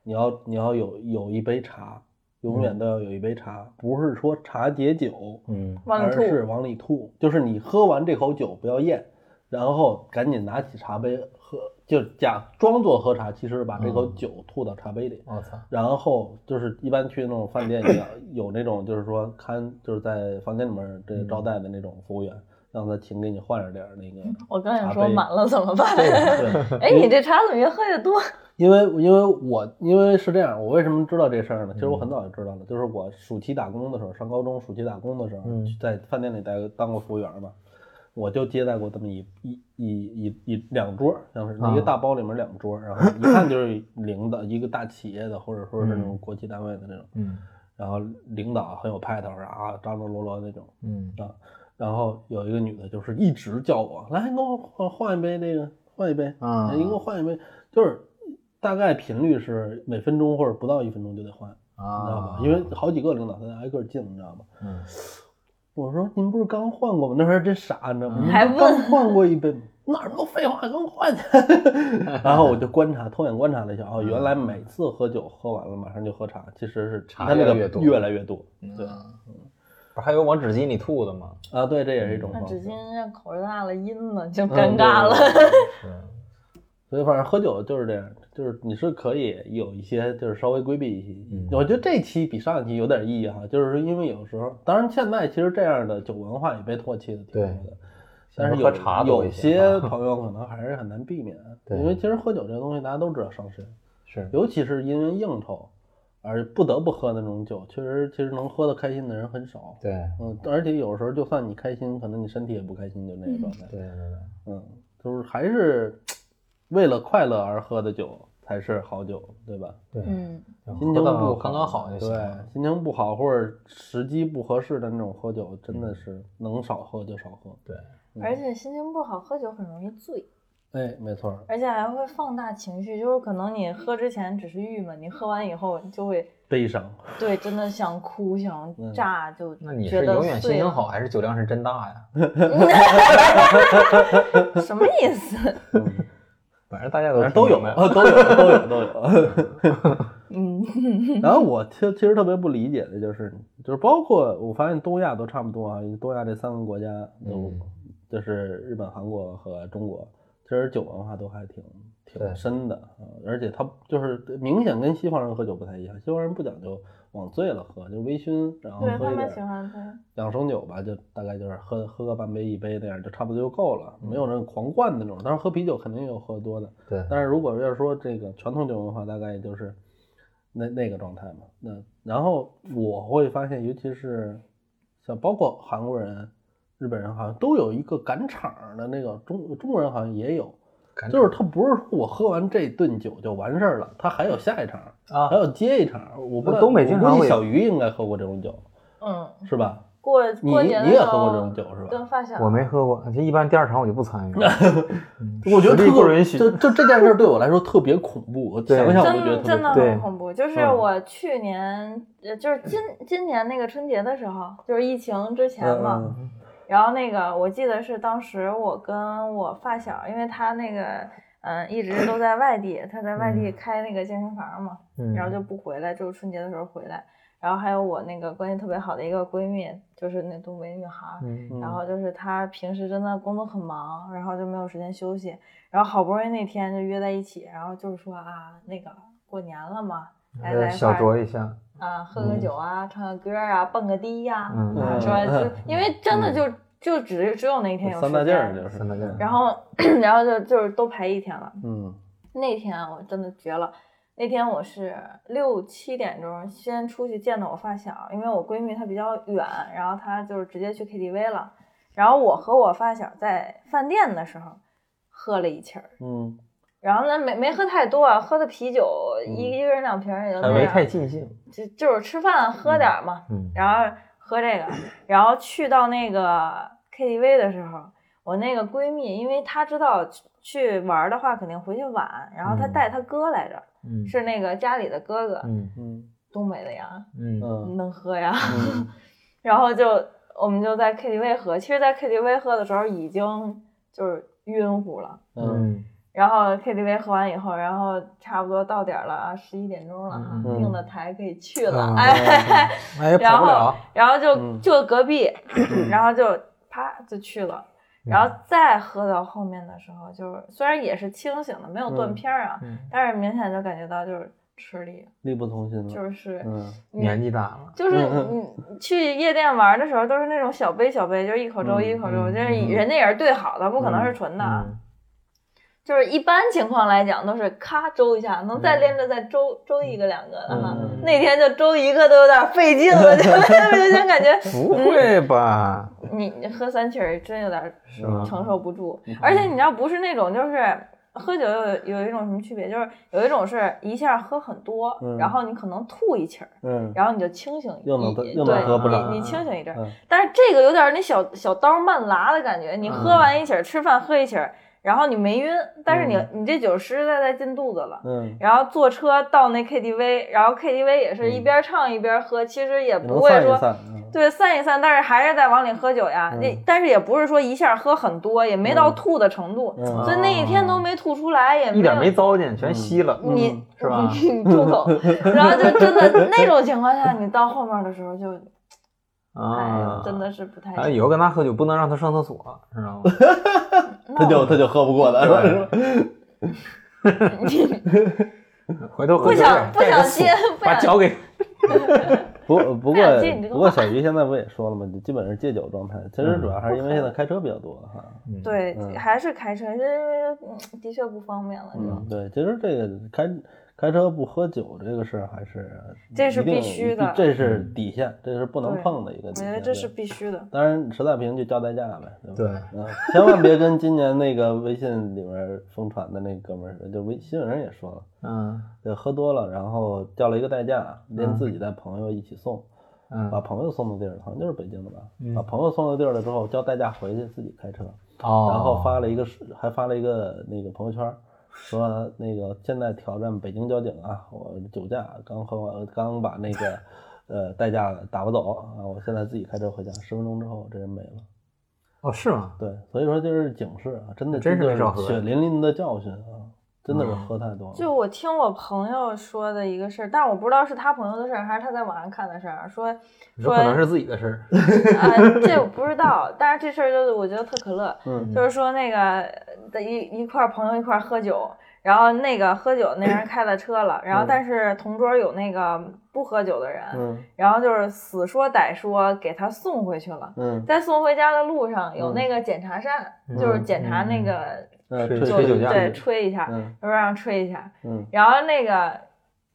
你要你要有有一杯茶，永远都要有一杯茶，不是说茶解酒，嗯忘而了吐，是往里吐，就是你喝完这口酒不要咽，然后赶紧拿起茶杯喝，就假装做喝茶，其实把这口嗯酒吐到茶杯里。我操，然后就是一般去那种饭店也要有那种就是说看就是在房间里面这招待的那种服务员，让他请给你换上点儿那个。我刚想茶说杯满了怎么办？对， [LAUGHS] 哎，你这茶怎么越喝越多？因为因为我因为是这样，我为什么知道这事儿呢？其嗯实我很早就知道了，就是我暑期打工的时候，上高中暑期打工的时候，嗯在饭店里待当过服务员嘛，我就接待过这么一一一一一两桌，像是啊一个大包里面两桌，然后一看就是领导一个大企业的，或者说是那种国企单位的那种，嗯然后领导很有派头啊，张张罗罗那种，嗯然后有一个女的，就是一哎直叫我来，你给我换换一杯那个，换一杯，啊你给我换一杯，就是大概频率是每分钟或者不到一分钟就得换，你知道啊吧？，因为好几个领导他挨个进，你知道吗？嗯我说您不是刚换过吗？那时候真傻，你知道吗？嗯您还不是问刚换过一杯吗？哪儿那么多废话，刚 [LAUGHS] 换的。然后我就观察，偷眼观察了一下，哦，原来每次喝酒喝完了马上就喝茶，其实是嗯茶他那越来个越多嗯越来越多对，不是还有往纸巾里吐的吗？啊，对，这也是一种那方纸式。巾让口儿大了阴了，就嗯尴尬了。。对对对所以反正喝酒就是这样，就是你是可以有一些就是稍微规避一些。嗯我觉得这期比上一期有点意义哈，就是说因为有时候，当然现在其实这样的酒文化也被唾弃的挺多的，但是现在喝有茶多有一些些朋友可能还是很难避免， [LAUGHS] 对因为其实喝酒这东西大家都知道伤身，是尤其是因为应酬而不得不喝那种酒，确实其实能喝得开心的人很少。对嗯，而且有时候就算你开心，可能你身体也不开心，就那个状态。对对对，嗯，就是还是为了快乐而喝的酒才是好酒，对吧？对 [LAUGHS] 嗯，心情不好刚刚好就行了。对，心情不好或者时机不合适的那种喝酒，真的是能少喝就少喝。对，而且心情不好，喝酒很容易醉，哎，没错儿，而且还会放大情绪。就是可能你喝之前只是郁闷，你喝完以后你就会悲伤。对真的想哭想嗯炸，就那你觉是得永远心碎情了好， [LAUGHS] 还是酒量是真大呀？什么意思？嗯反正大家反都正都有，[LAUGHS] 挺明白啊都有，都有，都有。嗯，然后我其其实特别不理解的就是，就是包括我发现东亚都差不多啊，东亚这三个国家都、嗯就是日本、韩国和中国，其实酒文化都还挺对挺深的啊，而且它就是明显跟西方人喝酒不太一样，西方人不讲究往醉了喝，就微醺，然后对喝他一们喜点欢对，两升酒吧，就大概就是喝喝个半杯一杯那样就差不多就够了，没有那种狂灌那种。当然喝啤酒肯定也有喝多的，对，但是如果要说这个传统酒文化，大概也就是那那个状态嘛。那然后我会发现，尤其是像包括韩国人、日本人，好像都有一个赶场儿的那个中中国人好像也有，感觉就是他不是说我喝完这顿酒就完事儿了，他还有下一场，啊还，有接一场。我不知道，东北经我常估会计小鱼应该喝过这种酒，嗯，是吧？过你过节的你时也喝过这候种酒是吧跟发小我没喝过，就一般第二场我就不参与 [LAUGHS] 了。嗯我觉得实特力不允许。就就这件事儿对我来说特别恐怖，我对想想我就觉得特别真真的恐怖对很恐怖。就是嗯我去年，呃，就是今今年那个春节的时候，就是疫情之前嗯嘛。嗯然后那个我记得是当时我跟我发小，因为他那个嗯一直都在外地，他在外地嗯开那个健身房嘛，嗯然后就不回来，只有春节的时候回来。然后还有我那个关系特别好的一个闺蜜，就是那东北女孩儿，嗯嗯然后就是她平时真的工作很忙，然后就没有时间休息，然后好不容易那天就约在一起，然后就是说啊，那个过年了嘛，来来呃一小块儿酌一下，啊，喝个嗯酒啊，唱个歌啊，蹦个迪呀、嗯啊，说就因为真的就就只只有那一天有三大时件儿间嗯就是三大件儿然后 [CLEARS THROAT] 然后就就是都排一天了。嗯那天啊我真的绝了。那天我是六七点钟先出去见的我发小，因为我闺蜜她比较远，然后她就是直接去 KTV 了。然后我和我发小在饭店的时候喝了一气儿，嗯，然后呢没没喝太多啊，喝的啤酒一、一个人两瓶儿也就嗯还那没太样，尽兴。就就是吃饭喝点儿嘛。嗯，啊然后喝这个，然后去到那个 KTV 的时候，我那个闺蜜，因为她知道去去玩儿的话肯定回去晚，然后她嗯带她哥来着，嗯是那个家里的哥哥，嗯嗯东北的呀，嗯嗯能喝呀。 [LAUGHS] 嗯然后就我们就在 KTV 喝，其实，在 KTV 喝的时候已经就是晕乎了。嗯然后 KTV 喝完以后，然后差不多到点儿了啊，十一点钟了啊嗯，嗯定的台可以去了， [LAUGHS] 嗯哎，哎呀，然跑不后了。然后就嗯就隔壁，然后就啪就去了。嗯然后再喝到后面的时候，就是虽然也是清醒的，没有断嗯片儿啊，嗯但是明显就感觉到就是吃力，力不从心了，就是嗯你年纪大了，就是嗯你去夜店玩的时候，都是那种小杯小杯，就是一口粥嗯一口粥，嗯就是嗯人家也是兑好的，不可能是纯的啊。嗯就是一般情况来讲都是咔粥一下，能再连着再粥粥一个两个的哈。嗯那天就粥一个都有点费劲了，就 [LAUGHS] 就想感觉嗯不会吧？你你喝三曲儿真有点儿是吗承受不住，而且你知道不是那种就是喝酒有有一种什么区别，就是有一种是一下喝很多，嗯然后你可能吐一气儿，嗯然后你就清醒一，又能对，又能喝不少你你清醒一阵儿，嗯但是这个有点儿那小小刀慢拉的感觉，你喝嗯完一起儿，吃饭喝一起儿，然后你没晕，但是你、你这酒实实在在进肚子了。嗯，然后坐车到那 KTV，然后 KTV 也是一边唱一边喝，其实也也不能会散说一散，嗯对，散一散，但是还是在往里喝酒呀。嗯那、但是也不是说一下喝很多，也没到嗯吐的程度，嗯所以那一天都没吐出来，也没一点有没糟践，全吸了，嗯你 [LAUGHS] 是吧你住口！然后就真的那种情况下，你到后面的时候就，哎 [LAUGHS] 啊，，真。的是不太哎，行。以后跟他喝酒不能让他上厕所，啊知道吗？他就他就喝不过了，是吧是吧？ [LAUGHS] 回头不想 [LAUGHS] 不想接接，，不把想脚给不不不过想接你这个不过，话嗯小鱼现在不也说了吗？就基本是戒酒状态。其实主要还是因为现在开车比较多哈。对嗯，还是开车，因为嗯的确不方便了，就嗯，对，其实这个开开车不喝酒这个事儿还是这是一定必须的嗯这是底线，这是不能对碰的一个我底觉线。得这嗯对是必须的。当然，实在不行就叫代驾呗，对吧？对，嗯，千万别跟今年那个微信里面疯传的那哥们儿似的，就微新闻上也说了，嗯就喝多了，然后叫了一个代驾，连嗯自己带朋友一起送，把嗯朋友送到地儿了，好像就是北京的吧，嗯把朋友送到地儿了之后，叫代驾回去自己开车，哦，然后发了一个视还发了一个那个朋友圈儿，说那个现在挑战北京交警啊，我酒驾刚喝完，刚把那个呃代驾打发走啊，我现在自己开车回家，十分钟之后这人没了。哦是吗？对，所以说就是警示啊，真的真是这就没少喝血淋淋的教训啊，真的是嗯喝太多了。就我听我朋友说的一个事儿，但我不知道是他朋友的事儿，还是他在网上看的事儿，啊说有可能是自己的事儿。啊、这我不知道，但是这事儿就是我觉得特可乐，嗯就是说那个的一一块儿朋友一块儿喝酒，然后那个喝酒那人开了车了，然后嗯但是同桌有那个不喝酒的人，嗯然后就是死说歹说给他送回去了。嗯，在送回家的路上有嗯那个检查站，就是检查那个呃吹是就吹酒驾对，吹一下，嗯他说让吹一下，嗯然后那个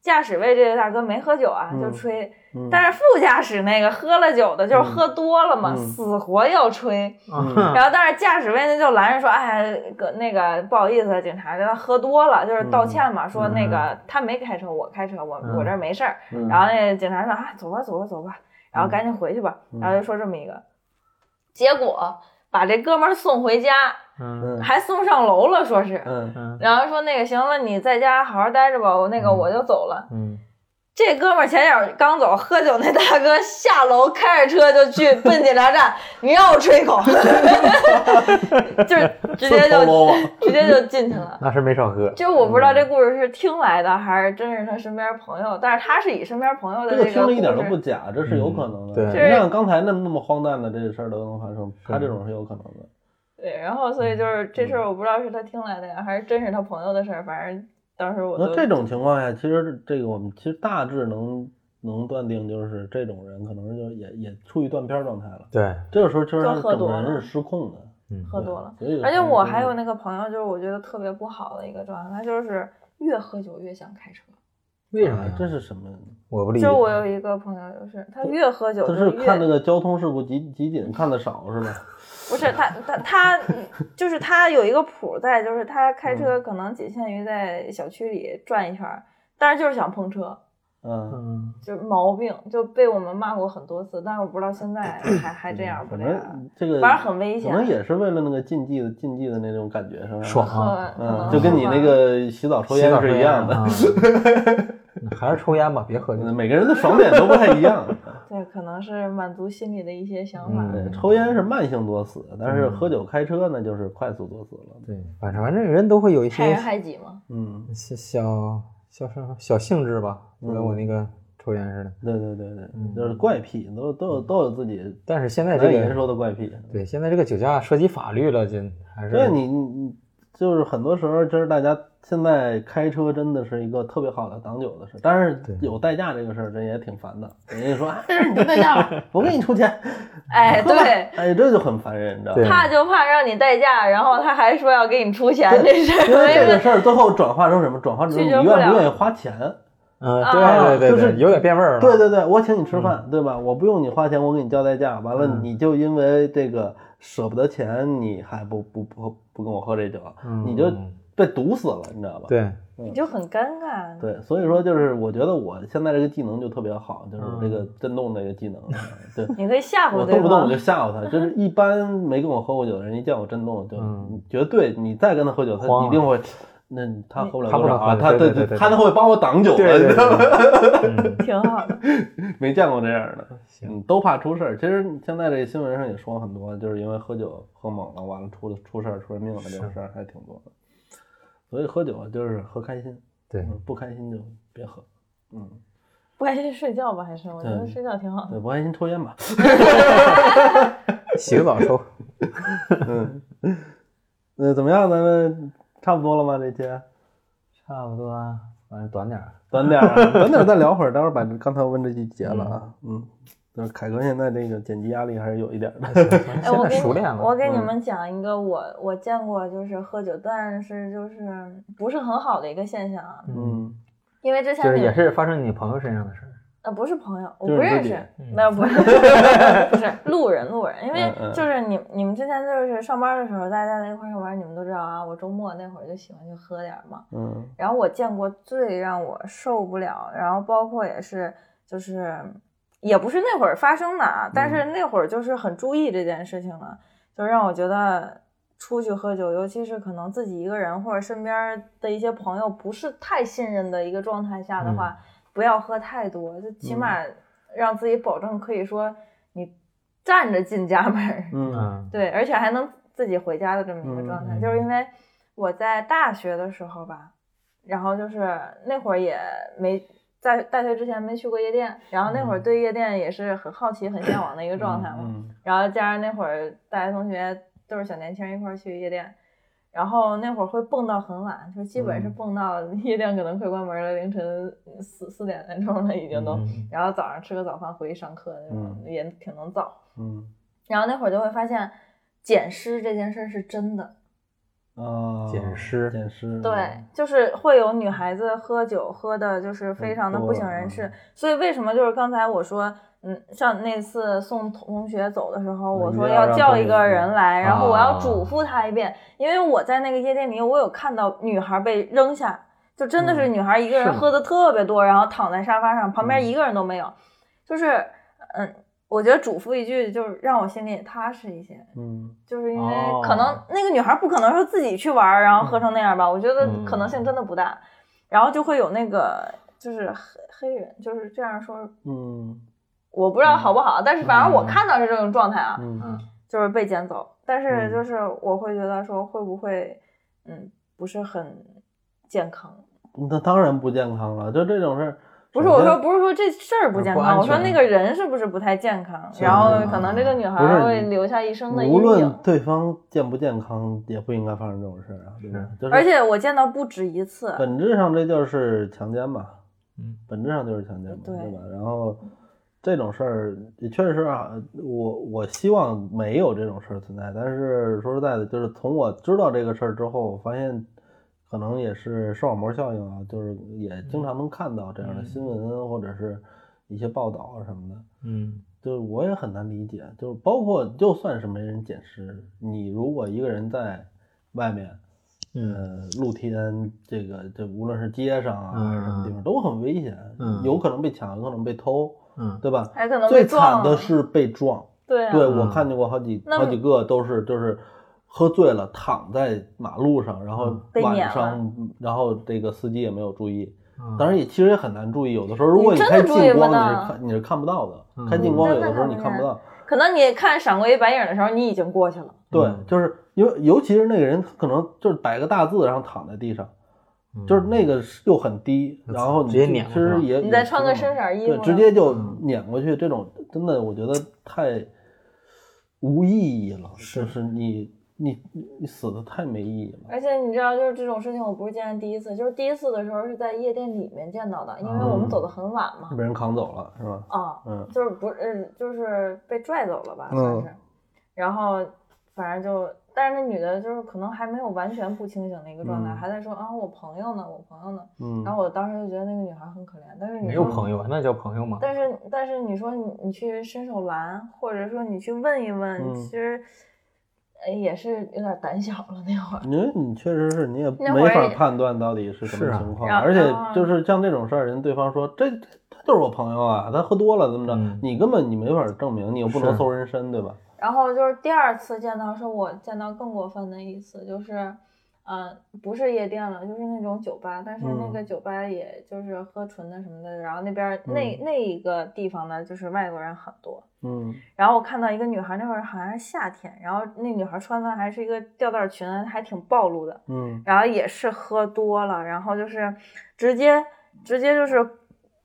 驾驶位这个大哥没喝酒啊，嗯就吹，嗯，但是副驾驶那个喝了酒的，就是嗯喝多了嘛，嗯死活要吹， [LAUGHS] 嗯然后但是驾驶位那就拦着说，哎，个那个不好意思，警察他喝多了，就是道歉嘛，说那个他没开车，我开车，我、嗯我这儿没事儿。嗯嗯然后那警察说啊，走吧，走吧，走吧，然后赶紧回去吧。嗯然后就说这么一个，结果把这哥们儿送回家，嗯嗯还送上楼了，说是。嗯嗯然后说那个行了，你在家好好待着吧，我那个嗯我就走了。嗯，这哥们儿前脚刚走，喝酒那大哥下楼开着车就 [LAUGHS] 去奔检查站，你让我吹一口，就是直接自投罗就网嗯直接就进去了。那是没少喝。就是我不知道这故事是听来的，还是真是他身边朋友，但是他是以身边朋友的这个这听着一点故都事不假，这是有可能的。嗯对你像刚才那么那么荒诞的这事儿都能发生，他这种是有可能的。对，然后所以就是这嗯事儿我不知道是他听来的呀，还是真是他朋友的事儿，反正当时我那都这种情况下，其实这个我们其实大致能能断定，就是这种人可能就也也处于断片儿状态了。对，这个时候其实就他喝整多个人了是失控的，嗯喝多了。对。所以而且我还有那那个朋友，就是我觉得特别不好的一个状态，他就是越喝酒越想开车。为什么呀？这是什么？我不理解。就我有一个朋友，就是他越喝酒啊他就是是看那越个交通事故集集锦看的少是吧？不是他他他就是他有一个谱在，就是他嗯开车可能仅限于在小区里转一圈儿，但是就是想碰车，嗯，嗯，就是毛病，就被我们骂过很多次，但是我不知道现在还还这样不反这样，正嗯这个反正很危可险。能也是为了那个禁忌的禁忌的那种感觉是吧？爽可可嗯，能就跟你吧那个洗澡抽烟是一啊样 [LAUGHS] 的，嗯的。嗯还是抽烟吧，别喝酒。每个人的爽点都不太一 [LAUGHS] 样。对，可能是满足心里的一些想法。嗯对，抽烟是慢性作死，但是嗯喝酒开车那就是快速作死了。对，反正反正人都会有一害些人害己 [LAUGHS] 嘛，嗯，小小小小小性质吧，就跟我那个抽烟似的。对对对对，嗯就是怪癖，都都有都有自己但是现在难这以言个说的怪癖。对，现在这个酒驾涉及法律了，就还是所以你你你就是很多时候，就是大家现在开车真的是一个特别好的挡酒的事，但是对有代驾这个事儿，这也挺烦的。人家说，哎，你就代驾吧，不给你出钱， [LAUGHS] 哎， [LAUGHS] 喝吧对，哎，这就很烦人，你知道吗 [LAUGHS] 对？怕就怕让你代驾，然后他还说要给你出钱这事因儿，为没这问个事儿最后转化成什么？转化成拒你绝愿不了不愿意花钱？嗯，啊对对对就是对，有点变味儿了。对对对，我请你吃饭，对吧？我不用你花钱，我给你叫代驾。完了，嗯你就因为这个舍不得钱，你还不不不不跟我喝这酒，嗯，你就被堵死了，你知道吧？对，你就很尴尬。对，所以说就是我觉得我现在这个技能就特别好，就是我这个嗯震动这个技能，啊对。你可以吓唬我对动不动我方就，吓唬他，就是一般没跟我喝过酒的人，一见我震动就嗯绝对，你再跟他喝酒，他慌了一定会，那他喝不了他不多少啊，能喝他对对对对对他他会帮我挡酒对的，对你知道吗？ [LAUGHS] 嗯挺好的。没见过这样的，行嗯，都怕出事儿。其实现在这新闻上也说很多，就是因为喝酒喝猛了，完了出了出事儿、出人命了，这种事儿还挺多的。所以喝酒就是喝开心，对，嗯不开心就别喝，嗯，不开心睡觉吧，还是我觉得对睡觉挺好的。对，不开心抽烟 [LAUGHS] 吧。洗个澡抽，嗯，那怎么样？咱们差不多了吗？这期差不多啊，反正短点儿。短点儿啊，短点儿再聊会儿，待会儿把刚才问这句结了啊。嗯，就是凯哥现在这个剪辑压力还是有一点儿的。现哎，我在给熟你练了，我给你嗯们讲一个我我见过就是喝酒，但是就是不是很好的一个现象啊，嗯，嗯，因为之就前是你也是发生你朋友身上的事儿。呃不是朋友，我就是不你认自己识，嗯没有 [LAUGHS] 不是不是路人路人，因为嗯嗯就是你你们之前就是上班的时候，大家在一块儿上班，你们都知道啊，我周末那会儿就喜欢去喝点儿嘛，嗯然后我见过最让我受不了，然后包括也是就是也不是那会儿发生的啊，但是那会儿就是很注意这件事情了，就让我觉得出去喝酒，尤其是可能自己一个人或者身边的一些朋友不是太信任的一个状态下的话，不要喝太多，就起码让自己保证可以说你站着进家门儿，嗯嗯，对，而且还能自己回家的这么一个状态，嗯就是因为我在大学的时候吧，然后就是那会儿也没在大学之前没去过夜店，然后那会儿对夜店也是很好奇、很向往的一个状态嘛，嗯然后加上那会儿大学同学都是小年轻一块儿去夜店。然后那会儿会蹦到很晚，就基本是嗯蹦到 [LAUGHS] 夜店可能快关门了，凌晨四四点来钟了已经都。嗯然后早上吃个早饭回去上课那种，也挺能早。嗯然后那会儿就会发现，捡尸这件事儿是真的。啊，捡尸捡尸，啊对，就是会有女孩子喝酒喝啊的，就是非常的不省人事。所以为什么就是刚才我说，嗯，像那次送同学走的时候，我说要叫嗯一个人来，然后我要嘱咐他一遍，因为我在那个夜店里，我有看到女孩被扔下，就真嗯的是女孩一个人是吗喝的嗯特别多，然后躺在沙发上，旁边一个人都没有，就是嗯。我觉得嘱咐一句，就是让我心里也踏实一些。嗯，就是因为哦可能那个女孩不可能说自己去玩儿，然后嗯喝成那样吧，我觉得可能性真的不大。然后就会有那个就是黑黑人，就是这样说，嗯我不知道好不好，但是反正我看到是这种状态啊，嗯就是被捡走。但是嗯就是我会觉得说会不会，嗯，不是很健康。嗯，那当然不健康了，就这种事儿。不是我说，不是说这事儿嗯不健不安康，全我说那个人是不是不太健康？是然后可能这个女啊不孩是会你留下一生的阴无影论。对方健不健康，也不应该发生这种事儿啊，对吧？就是而且我见到不止一次，本质上这就是强奸嘛，嗯，本质上就是强奸嘛，对对吧？然后这种事儿也确实啊，我我希望没有这种事儿存在，但是说实在的，就是从我知道这个事儿之后，我发现可能也是视网膜效应啊，就是也经常能看到这样的新闻啊或者是一些报道啊什么的。嗯就是我也很难理解，就是包括就算是没人捡尸，你如果一个人在外面，嗯呃，露天这个这无论是街上啊嗯还是什么地方都很危险，嗯有可能被抢，有可能被偷，嗯，对吧？还可能被最撞惨了的。是被撞，对啊，对嗯我看见过好几那好几个都是就是喝醉了躺在马路上，然后嗯被晚碾上，然后这个司机也没有注意，嗯当然也其实也很难注意，有的时候如果你你真开的注意近不光，你到是看你是看不到的，嗯开近光嗯有的时候你真的看不到。可能你看闪过一白影的时候，你已经过去了。对嗯，就是因为尤其是那个人可能就是摆个大字，然后躺在地上，就是那个是又很低，嗯然后你直接碾其过去实了也你也再穿个挺深色儿衣服对，呢，直接就嗯碾过去，这种真的我觉得太无意义了，就是你你你死的太没意义了。而且你知道，就是这种事情，我不是见的第一次，就是第一次的时候是在夜店里面见到的，因为我们走的很晚嘛。被人扛走了是吧？啊，嗯就是不是，呃就是被拽走了吧，嗯算是。然后反正就，但是那女的就是可能还没有完全不清醒的一个状态，嗯还在说啊我朋友呢，我朋友呢。嗯，然后我当时就觉得那个女孩很可怜，但是你没有说朋友啊，那叫朋友吗？但是但是你说你你去伸手拦，或者说你去问一问，嗯其实哎也是有点胆小了那会儿。 [LAUGHS] 因为你确实是你也那会没儿法也判断到底是什是么啊情况，然后哦而且然后就是像这种事儿，人对方说这这他就是我朋友啊，他喝多了怎么着，嗯你根本你没法证明，你又不是能搜人身，对吧？然后就是第二次见到，是我见到更过分的一次，就是，嗯、不是夜店了，就是那种酒吧，但是那嗯个酒吧也就是喝纯的什么的，然后那边儿那那一个地方呢，就是外国人很多。嗯然后我看到一个女孩，那会儿好像是夏天，然后那女孩穿的还是一个吊带裙，还挺暴露的，嗯然后也是喝多了，然后就是直接直接就是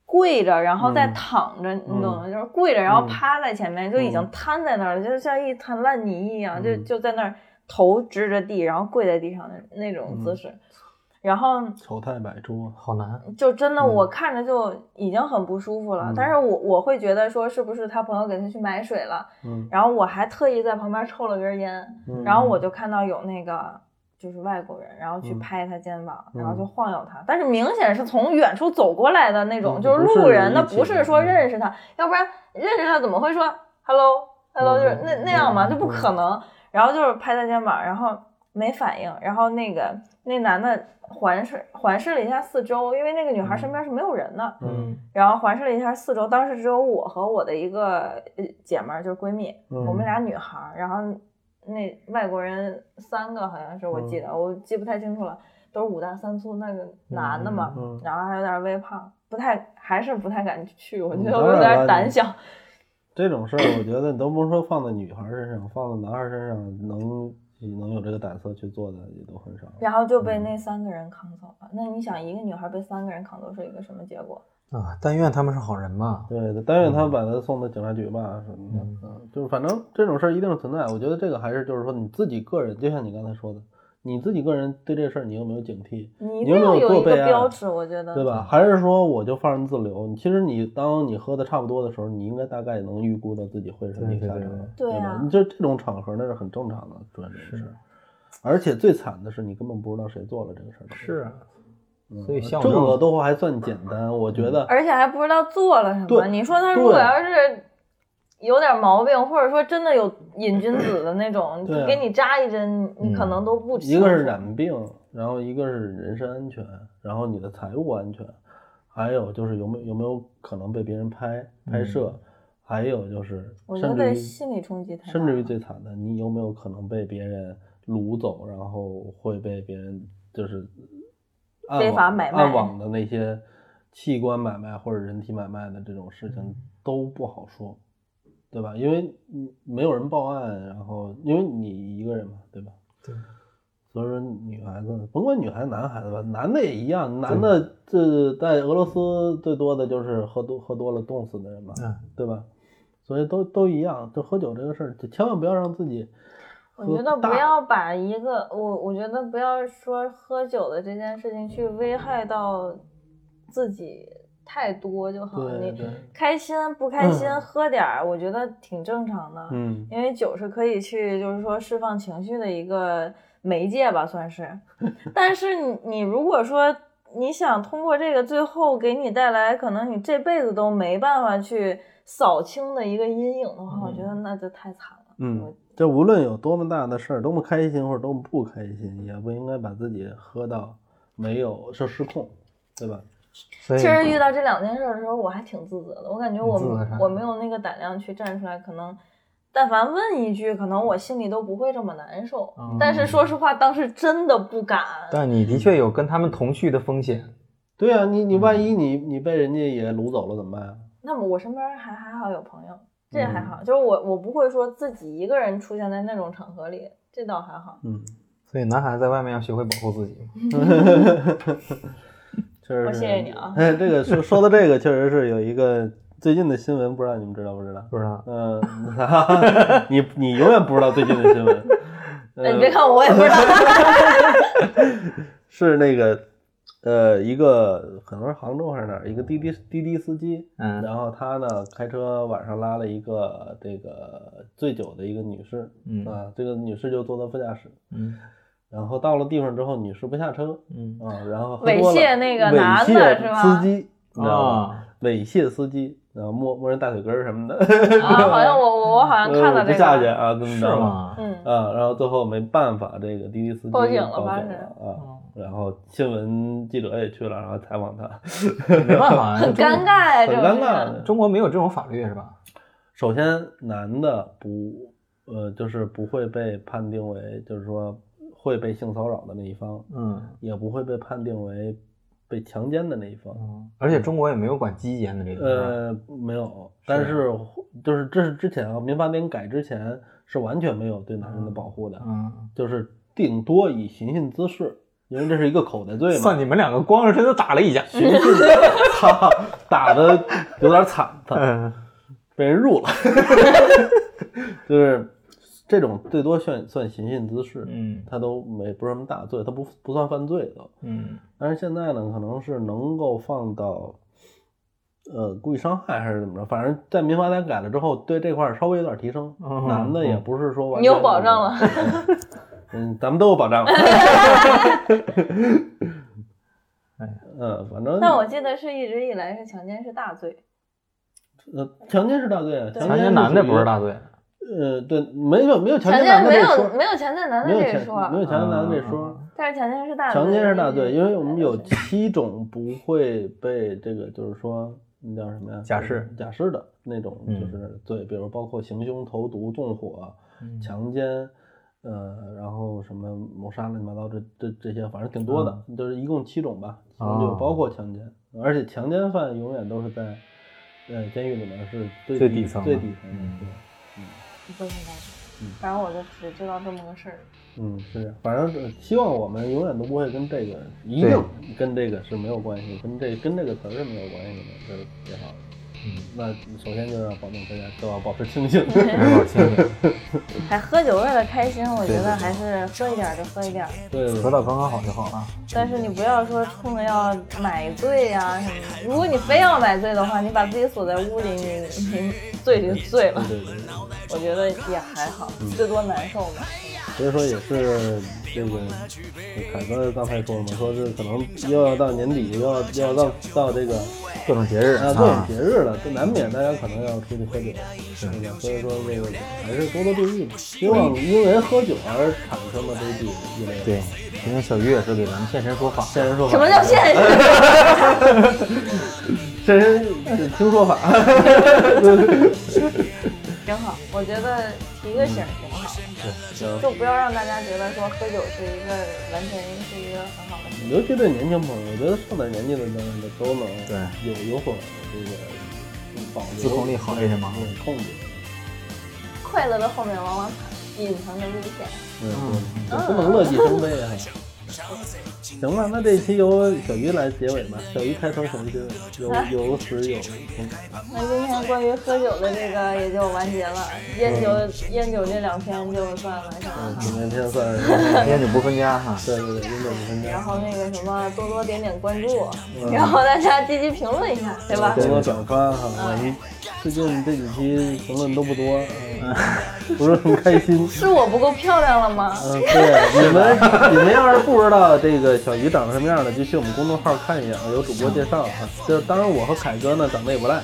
跪着，然后再嗯躺着，你懂吗？就是跪着，然后嗯趴在前面，就已经嗯瘫在那儿了，就像一滩烂泥一样，就嗯就在那儿头支着地，然后跪在地上的那种嗯姿势。然后丑态百出，啊好难，就真的嗯我看着就已经很不舒服了，嗯但是我我会觉得说是不是他朋友给他去买水了，嗯，然后我还特意在旁边抽了根烟，嗯然后我就看到有那个就是外国人，然后去嗯拍他肩膀，嗯然后就晃悠他，但是明显是从远处走过来的那种，嗯就是不是路人，那一起不是说的嗯认识他，要不然认识他怎么会说 hello hello 嗯就是那嗯那样嘛，嗯就不可能。然后就是拍他肩膀，然后没反应，然后那个那男的环视环视了一下四周，因为那个女孩身边是没有人的，嗯然后环视了一下四周，当时只有我和我的一个呃姐们儿，就是闺蜜，嗯我们俩女孩儿，然后那外国人三个好像是我记得，嗯我记不太清楚了，都是五大三粗那个男的嘛，嗯嗯然后还有点微胖，不太还是不太敢去，我觉得嗯当我有然点了胆你小。这种事儿，我觉得你都不是说放在女孩儿身上，放在男孩儿身上能能有这个胆色去做的也都很少。然后就嗯被那三个人扛走了。那你想，一个女孩被三个人扛走是一个什么结果？啊！但愿他们是好人吧。对，但愿他把他送到警察局吧什么的，嗯嗯，就是反正这种事儿一定是存在。我觉得这个还是就是说你自己个人，就像你刚才说的，你自己个人对这事儿你有没有警惕，你一你定有要没有有做一个备案标尺，我觉得对吧？？还是说我就放任自流？你其实你当你喝的差不多的时候，你应该大概能预估到自己会是对你对下场对，对吧啊？你就这种场合那是很正常的，出现这种事儿。而且最惨的是，你根本不知道谁做了这个事儿。是啊，嗯，所以像这这种个都还算简单，我觉得而且还不知道做了什么。对你说他如果对要是有点毛病，或者说真的有瘾君子的那种，对啊给你扎一针，你可能都不一清楚。个是染病，然后一个是人身安全，然后你的财务安全，还有就是有没有有没有可能被别人拍拍摄，还有就是我觉甚至得于心理冲击太大甚至于了最惨的，你有没有可能被别人掳走，然后会被别人就是暗非网法买卖暗网的那些器官买卖或者人体买卖的这种事情都不好说，对吧？因为你没有人报案，然后因为你一个人嘛，对吧？对，所以说，女孩子甭管女孩子男孩子吧，男的也一样。男的这在俄罗斯最多的就是喝多喝多了冻死的人嘛，嗯，对吧？所以都都一样，就喝酒这个事儿，就千万不要让自己我喝觉得不大要把一个我，我觉得不要说喝酒的这件事情去危害到自己太多就好。你对对，开心不开心、嗯喝点儿，我觉得挺正常的。嗯，因为酒是可以去，就是说释放情绪的一个媒介吧，算是。 [LAUGHS] 但是你你如果说你想通过这个，最后给你带来可能你这辈子都没办法去扫清的一个阴影的话，我觉嗯得那就太惨了。嗯我，这无论有多么大的事儿，多么开心或者多么不开心，也不应该把自己喝到没有就失控，对吧？所以其实遇到这两件事的时候，我还挺自责的。我感觉我你自责啥我没有那个胆量去站出来，可能但凡问一句，可能我心里都不会这么难受。嗯但是说实话，当时真的不敢。但你的确有跟他们同去的风险。对啊，你你万一你你被人家也掳走了怎么办啊？那么我身边还还好有朋友，这还好，嗯就是我我不会说自己一个人出现在那种场合里，这倒还好。嗯，所以男孩子在外面要学会保护自己嘛。确实我是谢谢你啊哎，这个说说到这个，确实是有一个最近的新闻，不知道你们知道不知道？不知啊道， [LAUGHS] 嗯、你你永远不知道最近的新闻。 [LAUGHS] 哎，你呃别看我也 [LAUGHS] 不知道，是那个呃，一个可能是杭州还是哪儿，一个滴滴滴滴司机，嗯然后他呢开车晚上拉了一个这个醉酒的一个女士，嗯啊，这个女士就坐在副驾驶，嗯然后到了地方之后，女士不下车，嗯啊，然后喝猥多了亵那个猥男的亵是吧嗯司机，你知道吗？啊，猥亵司机，然后摸摸人大腿根儿什 [LAUGHS] 么的，啊，好像我我我好像看到呃我这不个，下去啊，怎么是着？吗？嗯，啊，然后最后没办法，这个滴滴司机报报警警了吧是啊，嗯然后新闻记者也去了，然后采访他，没办 [LAUGHS] 法，啊很中尴尬呀，哎很这种尴事尬情的。中国没有这种法律是吧？首先，男的不呃，就是不会被判定为，就是说会被性骚扰的那一方，嗯也不会被判定为被强奸的那一方。嗯，而且中国也没有管鸡奸的这个事儿。呃，没有，但是就是这是之前啊，民法典改之前是完全没有对男人的保护的，嗯，就是顶多以寻衅滋事，因为这是一个口袋罪嘛。算你们两个光着身子打了一架。寻衅， [LAUGHS] 操，打的有点惨，操， [LAUGHS] 嗯被人入了， [LAUGHS] 就是这种最多算算寻衅滋事，嗯他都没不是什么大罪，他不不算犯罪的。嗯但是现在呢，可能是能够放到，呃，故意伤害还是怎么着？反正，在民法典改了之后，对这块儿稍微有点提升。嗯男的也不是说完你有全保障那种。 [LAUGHS] 嗯，咱们都有保障 [LAUGHS] 了。哎嗯，反正但我记得是一直以来是强奸是大罪，呃，强奸是大罪啊，对强奸奸男的不是是大。大罪。呃，对，没有没有强强奸奸男的没这一有说，没有强奸男的没有这一强没说，有强奸男的这一说啊。但是强奸是大嗯罪，强奸是大罪，因为我们有对七种不会被这个，就是说那叫什么呀？假释假释的那种，嗯就是罪，比如包括行凶、投毒、纵火、嗯强奸，呃，然后什么谋杀乱七八糟这这这些，反正挺多的，就是一共七种吧，其中就嗯哦包括强奸，而且强奸犯永远都是在呃监狱里面是最最底底层最的底层的嗯，对不应该嗯。反正我就只知道这么个事儿，嗯，是这样，反正是希望我们永远都不会跟这个，一对定跟这个是没有关系，跟这跟这个词儿是没有关系的，这是别好的。嗯，那首先就要保证大家都要保持清醒。没有亲密。还喝酒为了开心，我觉对对得对还是喝一点儿就喝一点儿，对，得到刚刚好就好了。啊但是你不要说冲着要买醉呀、什么的。如果你非要买醉的话，你把自己锁在屋里，你你醉就醉了对，对对，我觉得也还好，最多难受嘛。所以说也是这个，凯哥刚才说了嘛，说是可能又要到年底，又要又要到到这个各种节日啊，各种节日了，这难免大家可能要出去喝酒，是对吧？所以说这个还是多多注意吧，希望因为喝酒而产生的悲剧越来越少。对，今天小玉也是给咱们现身说法。现身说法，什么叫现实？现身听说 [LAUGHS] 法？挺好，我觉得提个醒儿挺好的，行，就不要让大家觉得说喝酒是一个完全是一个很好的事。尤其对年轻朋友，我觉得上点年纪的人都能对有有所这个保留自控力好一点嘛对控制。快乐的后面往往隐藏着危险。嗯，对不能乐极生悲啊。行吧，那这一期由小鱼来结尾吧。小鱼开头，小鱼结尾，有有始有终。那今天关于喝酒的这个也就完结了，烟酒烟酒这两篇就算完成了嗯，哈。今天天算是，烟酒不分家哈。对对对，运动五分钟然。后那个什么，多多点点关注，然后大家积极评论一下，对吧？多多转发哈。我最近这几期评论都不多，嗯不是很开心。是我不够漂亮了吗？嗯，对，你们 [LAUGHS] 你们要是不知道这个小鱼长什么样的，就去我们公众号看一眼，有主播介绍啊。就当然我和凯哥呢长得也不赖，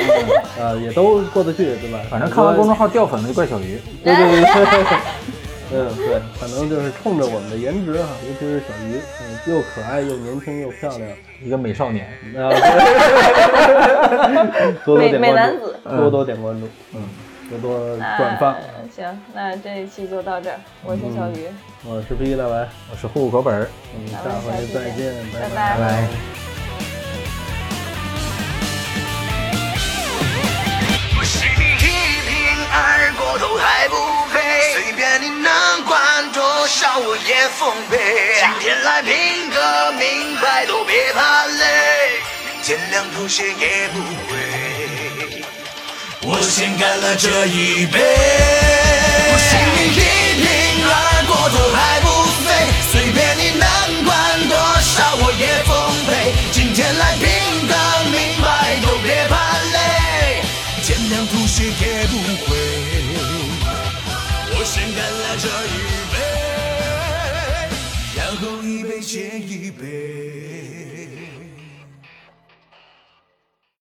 [LAUGHS] 啊，也都过得去，对吧？反正看完公众号掉粉了就怪小鱼。 [LAUGHS] 对对对， [LAUGHS] [LAUGHS] 嗯对，反正就是冲着我们的颜值哈，尤其是小鱼，嗯，又可爱又年轻又漂亮，一个美少年。啊， [LAUGHS] 对多多美点美关男注，子。嗯多多点关注，嗯，多多转发。那行，那这一期就到这儿，我是小鱼，我是皮皮大白，我是户口本儿。我们嗯下回再见，拜拜拜。拜拜。谁批评二锅头还不配？随便你能管多少，我也奉陪。今天来拼个明白，都别怕累，尽量吐血也不悔。我先干了这一杯。我心里一瓶二锅头还不飞，随便你能管多少，我也奉陪。今天来拼个明白，都别怕累，尽量吐血也不悔。我先干了这一杯，然后一杯接一杯。